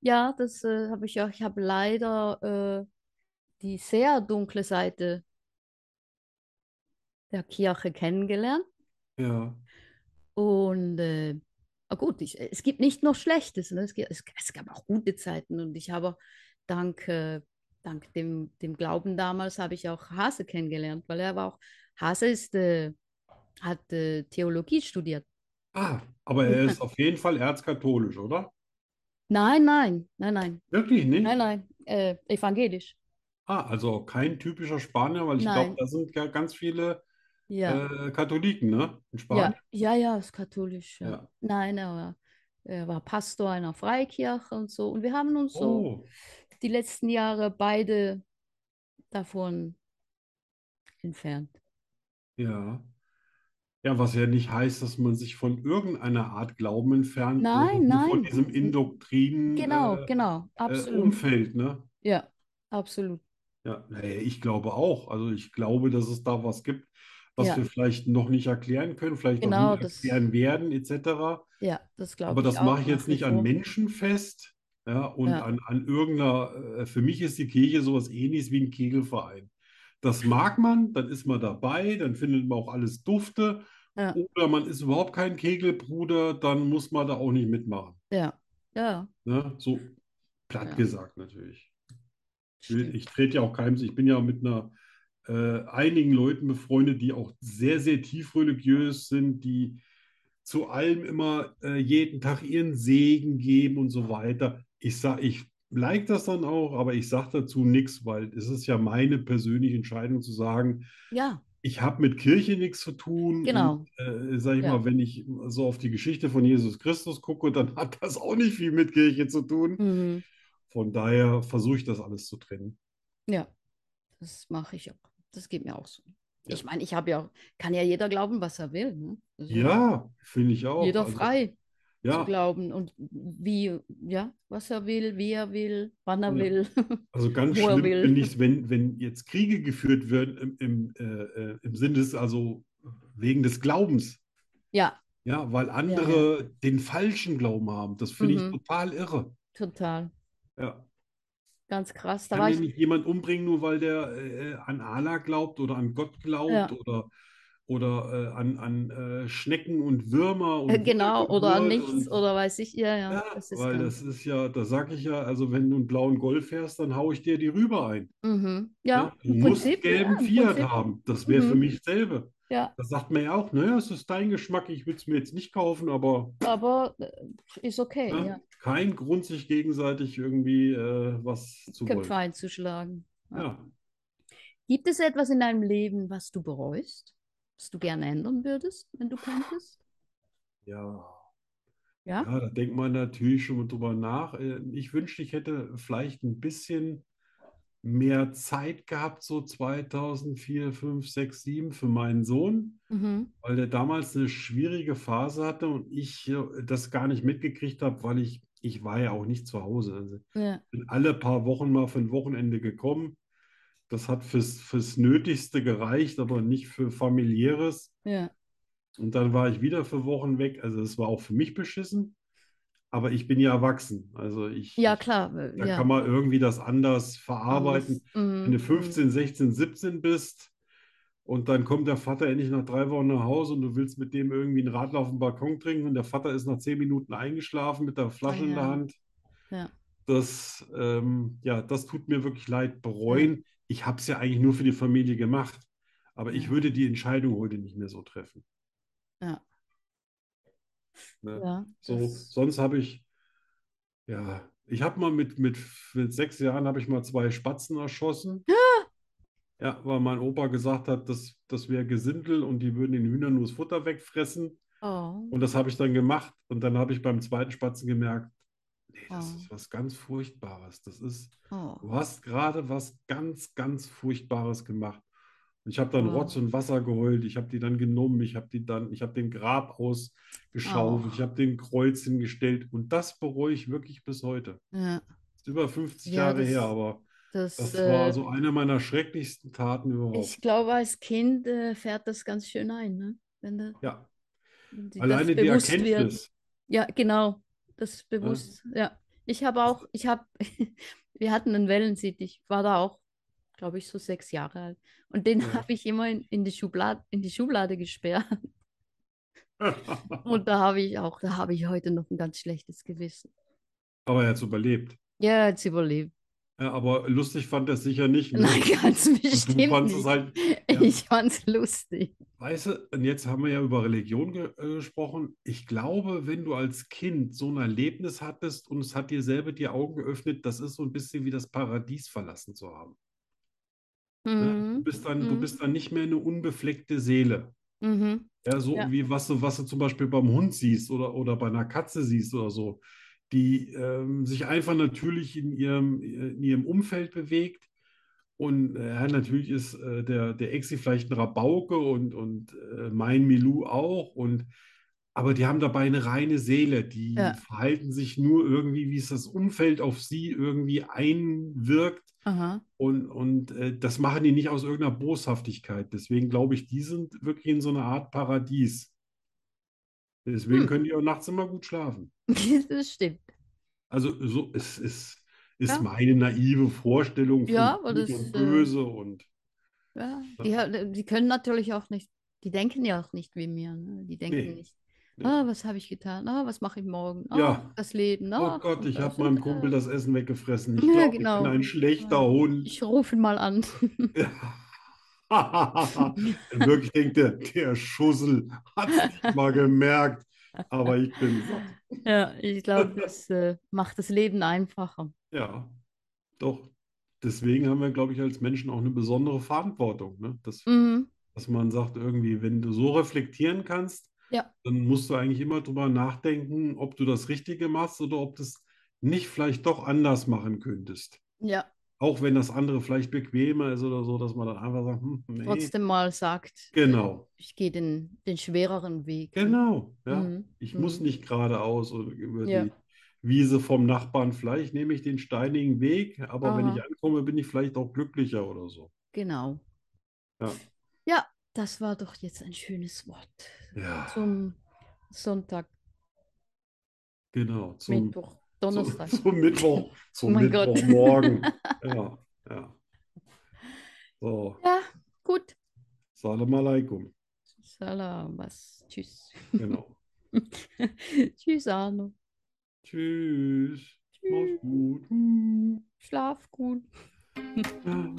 Speaker 1: Ja, das äh, habe ich auch. Ich habe leider äh, die sehr dunkle Seite der Kirche kennengelernt.
Speaker 2: Ja,
Speaker 1: Und äh, ah gut, ich, es gibt nicht nur Schlechtes, ne? Es, gibt, es, es gab auch gute Zeiten und ich habe dank, äh, dank dem, dem Glauben damals habe ich auch Hase kennengelernt, weil er war auch, Hase ist, äh, hat äh, Theologie studiert.
Speaker 2: ah, aber er ist auf jeden Fall erzkatholisch, oder?
Speaker 1: Nein, nein, nein, nein,
Speaker 2: Wirklich nicht?
Speaker 1: nein, nein, äh, evangelisch.
Speaker 2: Ah, also kein typischer Spanier, weil ich glaube,
Speaker 1: Nein.
Speaker 2: da sind ja ganz viele
Speaker 1: Ja,
Speaker 2: äh, Katholiken, ne?
Speaker 1: ja,
Speaker 2: In Spanien.
Speaker 1: ja, ja, ist katholisch, ja.
Speaker 2: Ja.
Speaker 1: Nein, er war, er war Pastor einer Freikirche und so. Und wir haben uns so.
Speaker 2: Oh,
Speaker 1: die letzten Jahre beide davon entfernt.
Speaker 2: Ja. Ja, was ja nicht heißt, dass man sich von irgendeiner Art Glauben entfernt,
Speaker 1: Nein,
Speaker 2: sondern nur von
Speaker 1: nein.
Speaker 2: diesem Indoktrinen,
Speaker 1: Genau,
Speaker 2: äh,
Speaker 1: genau,
Speaker 2: äh,
Speaker 1: absolut.
Speaker 2: Umfeld, ne?
Speaker 1: Ja, absolut.
Speaker 2: Ja, naja, ich glaube auch. Also ich glaube, dass es da was gibt, was
Speaker 1: Ja.
Speaker 2: wir vielleicht noch nicht erklären können, vielleicht noch
Speaker 1: Genau,
Speaker 2: nie
Speaker 1: das-
Speaker 2: erklären werden, etc.
Speaker 1: Ja, das glaube
Speaker 2: Aber
Speaker 1: ich
Speaker 2: das
Speaker 1: auch
Speaker 2: mache ich
Speaker 1: nach
Speaker 2: jetzt
Speaker 1: wie
Speaker 2: nicht an
Speaker 1: vor.
Speaker 2: Menschen fest, ja, und
Speaker 1: Ja.
Speaker 2: an, an irgendeiner, äh, für mich ist die Kirche sowas ähnliches wie ein Kegelverein. Das mag man, dann ist man dabei, dann findet man auch alles dufte.
Speaker 1: Ja.
Speaker 2: Oder man ist überhaupt kein Kegelbruder, dann muss man da auch nicht mitmachen.
Speaker 1: Ja, ja,
Speaker 2: Ne? So platt
Speaker 1: Ja.
Speaker 2: gesagt natürlich. Ich, will-
Speaker 1: stimmt.
Speaker 2: ich trete ja auch keinem, ich bin ja mit einer äh, einigen Leuten befreundet, die auch sehr, sehr tief religiös sind, die zu allem immer äh, jeden Tag ihren Segen geben und so weiter. Ich sag, ich like das dann auch, aber ich sage dazu nichts, weil es ist ja meine persönliche Entscheidung zu sagen,
Speaker 1: Ja,
Speaker 2: ich habe mit Kirche nichts zu tun.
Speaker 1: Genau.
Speaker 2: Und, äh, sag ich
Speaker 1: Ja.
Speaker 2: mal, wenn ich so auf die Geschichte von Jesus Christus gucke, dann hat das auch nicht viel mit Kirche zu tun.
Speaker 1: mhm.
Speaker 2: Von daher versuche ich das alles zu trennen.
Speaker 1: Ja, das mache ich auch. Das geht mir auch so.
Speaker 2: Ja.
Speaker 1: Ich meine, ich habe ja auch, kann ja jeder glauben, was er will. Ne? Also
Speaker 2: Ja, finde ich auch.
Speaker 1: jeder
Speaker 2: Also,
Speaker 1: frei zu
Speaker 2: ja,
Speaker 1: glauben und wie, ja, was er will, wie er will, wann er
Speaker 2: Ja.
Speaker 1: will.
Speaker 2: also ganz
Speaker 1: wo er
Speaker 2: schlimm
Speaker 1: will.
Speaker 2: finde ich es, wenn, wenn jetzt Kriege geführt werden im, im, äh, äh, im Sinne des, also wegen des Glaubens.
Speaker 1: Ja,
Speaker 2: Ja, weil andere den falschen Glauben haben. Das finde
Speaker 1: Mhm.
Speaker 2: ich total irre.
Speaker 1: total.
Speaker 2: Ja.
Speaker 1: Ganz krass. Da
Speaker 2: Kann
Speaker 1: war
Speaker 2: ja
Speaker 1: ich,
Speaker 2: nicht jemand umbringen, nur weil der äh, an Allah glaubt oder an Gott glaubt
Speaker 1: Ja.
Speaker 2: oder, oder äh, an, an äh, Schnecken und Würmer und
Speaker 1: Äh, Genau, oder an
Speaker 2: Wiedergeburt
Speaker 1: nichts,
Speaker 2: und,
Speaker 1: oder weiß ich, ja, ja,
Speaker 2: ja,
Speaker 1: das ist
Speaker 2: weil
Speaker 1: ganz.
Speaker 2: das ist ja, da sag ich ja, also wenn du einen blauen Golf fährst, dann haue ich dir die Rübe ein.
Speaker 1: Mhm. Ja,
Speaker 2: Du
Speaker 1: im
Speaker 2: musst
Speaker 1: Prinzip,
Speaker 2: gelben
Speaker 1: ja, im
Speaker 2: Fiat
Speaker 1: Prinzip,
Speaker 2: haben. Das wäre für
Speaker 1: Mhm.
Speaker 2: mich dasselbe.
Speaker 1: ja,
Speaker 2: Da sagt man ja auch, naja, es ist dein Geschmack, ich würde es mir jetzt nicht kaufen, aber
Speaker 1: aber äh, ist okay,
Speaker 2: ne,
Speaker 1: ja,
Speaker 2: kein Grund, sich gegenseitig irgendwie äh, was zu wollen.
Speaker 1: Köpfe einzuschlagen. Ja.
Speaker 2: Ja.
Speaker 1: Gibt es etwas in deinem Leben, was du bereust, was du gerne ändern würdest, wenn du könntest?
Speaker 2: Ja.
Speaker 1: Ja?
Speaker 2: Ja, da denkt man natürlich schon mal drüber nach. Äh, Ich wünschte, ich hätte vielleicht ein bisschen mehr Zeit gehabt, so 2004, 5, 6, 7 für meinen Sohn,
Speaker 1: Mhm.
Speaker 2: weil der damals eine schwierige Phase hatte und ich äh, das gar nicht mitgekriegt habe, weil ich, ich war ja auch nicht zu Hause. Also
Speaker 1: Ja,
Speaker 2: bin alle paar Wochen mal für ein Wochenende gekommen. Das hat fürs, fürs Nötigste gereicht, aber nicht für familiäres.
Speaker 1: ja,
Speaker 2: Und dann war ich wieder für Wochen weg. Also es war auch für mich beschissen. Aber ich bin ja erwachsen. Also ich,
Speaker 1: ja,
Speaker 2: ich,
Speaker 1: klar, äh,
Speaker 2: da
Speaker 1: ja.
Speaker 2: kann man irgendwie das anders
Speaker 1: Anders.
Speaker 2: verarbeiten.
Speaker 1: Mhm,
Speaker 2: Wenn du
Speaker 1: mhm.
Speaker 2: 15, 16, 17 bist und dann kommt der Vater endlich nach drei Wochen nach Hause und du willst mit dem irgendwie einen Radler auf dem Balkon trinken und der Vater ist nach zehn Minuten eingeschlafen mit der Flasche in der
Speaker 1: Ah, ja.
Speaker 2: Hand.
Speaker 1: Ja.
Speaker 2: Das, ähm, ja, das tut mir wirklich leid, bereuen. Ich habe es ja eigentlich nur für die Familie gemacht, aber ich
Speaker 1: Ja.
Speaker 2: würde die Entscheidung heute nicht mehr so treffen.
Speaker 1: Ja.
Speaker 2: Ne?
Speaker 1: Ja,
Speaker 2: So,
Speaker 1: das,
Speaker 2: sonst habe ich, ja, ich habe mal mit, mit, mit sechs Jahren habe ich mal zwei Spatzen erschossen. Ja, weil mein Opa gesagt hat, das, das wäre Gesindel und die würden den Hühnern nur das Futter wegfressen.
Speaker 1: Oh.
Speaker 2: Und das habe ich dann gemacht. Und dann habe ich beim zweiten Spatzen gemerkt, nee, das
Speaker 1: Oh.
Speaker 2: ist was ganz Furchtbares. Das ist,
Speaker 1: Oh.
Speaker 2: du hast gerade was ganz, ganz Furchtbares gemacht. Und ich habe dann
Speaker 1: Oh.
Speaker 2: Rotz und Wasser geheult. Ich habe die dann genommen. Ich habe die dann, ich habe den Grab ausgeschaufelt.
Speaker 1: Oh.
Speaker 2: Ich habe den Kreuz hingestellt. Und das bereue ich wirklich bis heute.
Speaker 1: Ja,
Speaker 2: Ist über 50
Speaker 1: Ja,
Speaker 2: Jahre
Speaker 1: das-
Speaker 2: her, aber
Speaker 1: das,
Speaker 2: das
Speaker 1: äh,
Speaker 2: war so eine meiner schrecklichsten Taten
Speaker 1: ich
Speaker 2: überhaupt.
Speaker 1: glaube, als Kind äh, fährt das ganz schön ein, ne? Wenn du,
Speaker 2: Ja,
Speaker 1: wenn dir das
Speaker 2: alleine die
Speaker 1: bewusst wird.
Speaker 2: Erkenntnis.
Speaker 1: Ja, genau, das ist bewusst. Ja, ich habe auch, ich habe, wir hatten einen Wellensittich, war da auch, glaube ich, so sechs Jahre alt. Und den
Speaker 2: Ja.
Speaker 1: habe ich immer in, in die Schublade, in die Schublade gesperrt. Und da habe ich auch, da habe ich heute noch ein ganz schlechtes Gewissen.
Speaker 2: Aber er hat es überlebt.
Speaker 1: Ja, jetzt überlebt.
Speaker 2: Ja, aber lustig fand er es sicher nicht. Ne?
Speaker 1: Nein, ganz
Speaker 2: Und
Speaker 1: bestimmt
Speaker 2: du fandst es
Speaker 1: nicht.
Speaker 2: halt, ja.
Speaker 1: Ich fand's lustig.
Speaker 2: weißt du, und jetzt haben wir ja über Religion ge äh, gesprochen. Ich glaube, wenn du als Kind so ein Erlebnis hattest und es hat dir selber die Augen geöffnet, das ist so ein bisschen wie das Paradies verlassen zu haben. Ne? Du
Speaker 1: Mhm.
Speaker 2: bist dann, du
Speaker 1: Mhm.
Speaker 2: bist dann nicht mehr eine unbefleckte Seele.
Speaker 1: Mhm.
Speaker 2: Ja, so
Speaker 1: Ja.
Speaker 2: wie was du, was du zum Beispiel beim Hund siehst oder, oder bei einer Katze siehst oder so, die ähm, sich einfach natürlich in ihrem, in ihrem Umfeld bewegt. Und äh, ja, natürlich ist äh, der, der Exi vielleicht ein Rabauke und, und äh, mein Milou auch. Und, aber die haben dabei eine reine Seele. Die
Speaker 1: Ja.
Speaker 2: verhalten sich nur irgendwie, wie es das Umfeld auf sie irgendwie einwirkt.
Speaker 1: Aha.
Speaker 2: Und, und äh, das machen die nicht aus irgendeiner Boshaftigkeit. Deswegen glaube ich, die sind wirklich in so einer Art Paradies. Deswegen
Speaker 1: Hm.
Speaker 2: können die auch nachts immer gut schlafen.
Speaker 1: Das stimmt.
Speaker 2: Also so es ist, ist
Speaker 1: Ja.
Speaker 2: meine naive Vorstellung von
Speaker 1: Ja, aber
Speaker 2: Gut
Speaker 1: das,
Speaker 2: und
Speaker 1: äh,
Speaker 2: Böse und
Speaker 1: Ja,
Speaker 2: Ja.
Speaker 1: die, ha- die können natürlich auch nicht, die denken ja auch nicht wie mir. Ne? Die denken
Speaker 2: Nee.
Speaker 1: nicht,
Speaker 2: Nee.
Speaker 1: ah, was habe ich getan? Ah, was mache ich morgen? Ah,
Speaker 2: Ja.
Speaker 1: das Leben.
Speaker 2: oh
Speaker 1: Ah,
Speaker 2: Gott, ich
Speaker 1: das
Speaker 2: habe
Speaker 1: und
Speaker 2: meinem
Speaker 1: das.
Speaker 2: Kumpel das Essen weggefressen. Ich
Speaker 1: Ja,
Speaker 2: glaube, ich
Speaker 1: genau.
Speaker 2: bin ein schlechter Hund.
Speaker 1: Ich rufe ihn mal an.
Speaker 2: Wirklich denkt der, der Schussel hat es nicht mal gemerkt, aber ich bin satt.
Speaker 1: Ja, ich glaube, das äh, macht das Leben einfacher.
Speaker 2: Ja, doch. Deswegen haben wir, glaube ich, als Menschen auch eine besondere Verantwortung, ne? Dass,
Speaker 1: Mhm.
Speaker 2: dass man sagt, irgendwie, wenn du so reflektieren kannst,
Speaker 1: Ja.
Speaker 2: dann musst du eigentlich immer drüber nachdenken, ob du das Richtige machst oder ob du es nicht vielleicht doch anders machen könntest.
Speaker 1: Ja,
Speaker 2: Auch wenn das andere vielleicht bequemer ist oder so, dass man dann einfach sagt, hm, nee.
Speaker 1: trotzdem mal sagt,
Speaker 2: Genau,
Speaker 1: ich gehe den, den schwereren Weg. ne?
Speaker 2: genau, ja.
Speaker 1: Mhm.
Speaker 2: Ich muss
Speaker 1: Mhm.
Speaker 2: nicht geradeaus oder über
Speaker 1: Ja.
Speaker 2: die Wiese vom Nachbarn. Vielleicht nehme ich den steinigen Weg, aber wenn
Speaker 1: Aha.
Speaker 2: ich ankomme, bin ich vielleicht auch glücklicher oder so.
Speaker 1: Genau.
Speaker 2: Ja.
Speaker 1: Ja, das war doch jetzt ein schönes Wort
Speaker 2: Ja,
Speaker 1: zum Sonntag,
Speaker 2: genau, zum,
Speaker 1: Mittwoch,
Speaker 2: zum,
Speaker 1: Donnerstag. Oh
Speaker 2: zum Mittwoch, zum
Speaker 1: mein Gott.
Speaker 2: Mittwochmorgen. Ja, ja. So,
Speaker 1: Ja, gut.
Speaker 2: Salam alaikum.
Speaker 1: Salam, was? Tschüss.
Speaker 2: Genau.
Speaker 1: Tschüss, Arno.
Speaker 2: Tschüss. Mach's
Speaker 1: Tschüss.
Speaker 2: gut.
Speaker 1: Hm, Schlaf gut.
Speaker 2: Ja.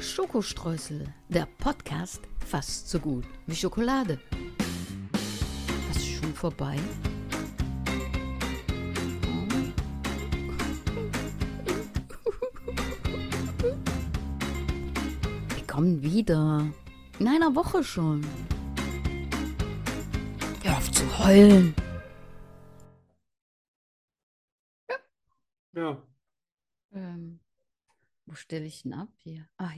Speaker 3: Schokostreusel, der Podcast fast so gut wie Schokolade. Was ist schon vorbei? Wir kommen wieder. In einer Woche schon. Hör auf zu heulen.
Speaker 2: ja.
Speaker 1: Ähm, wo stelle ich ihn ab hier? Ach, hier.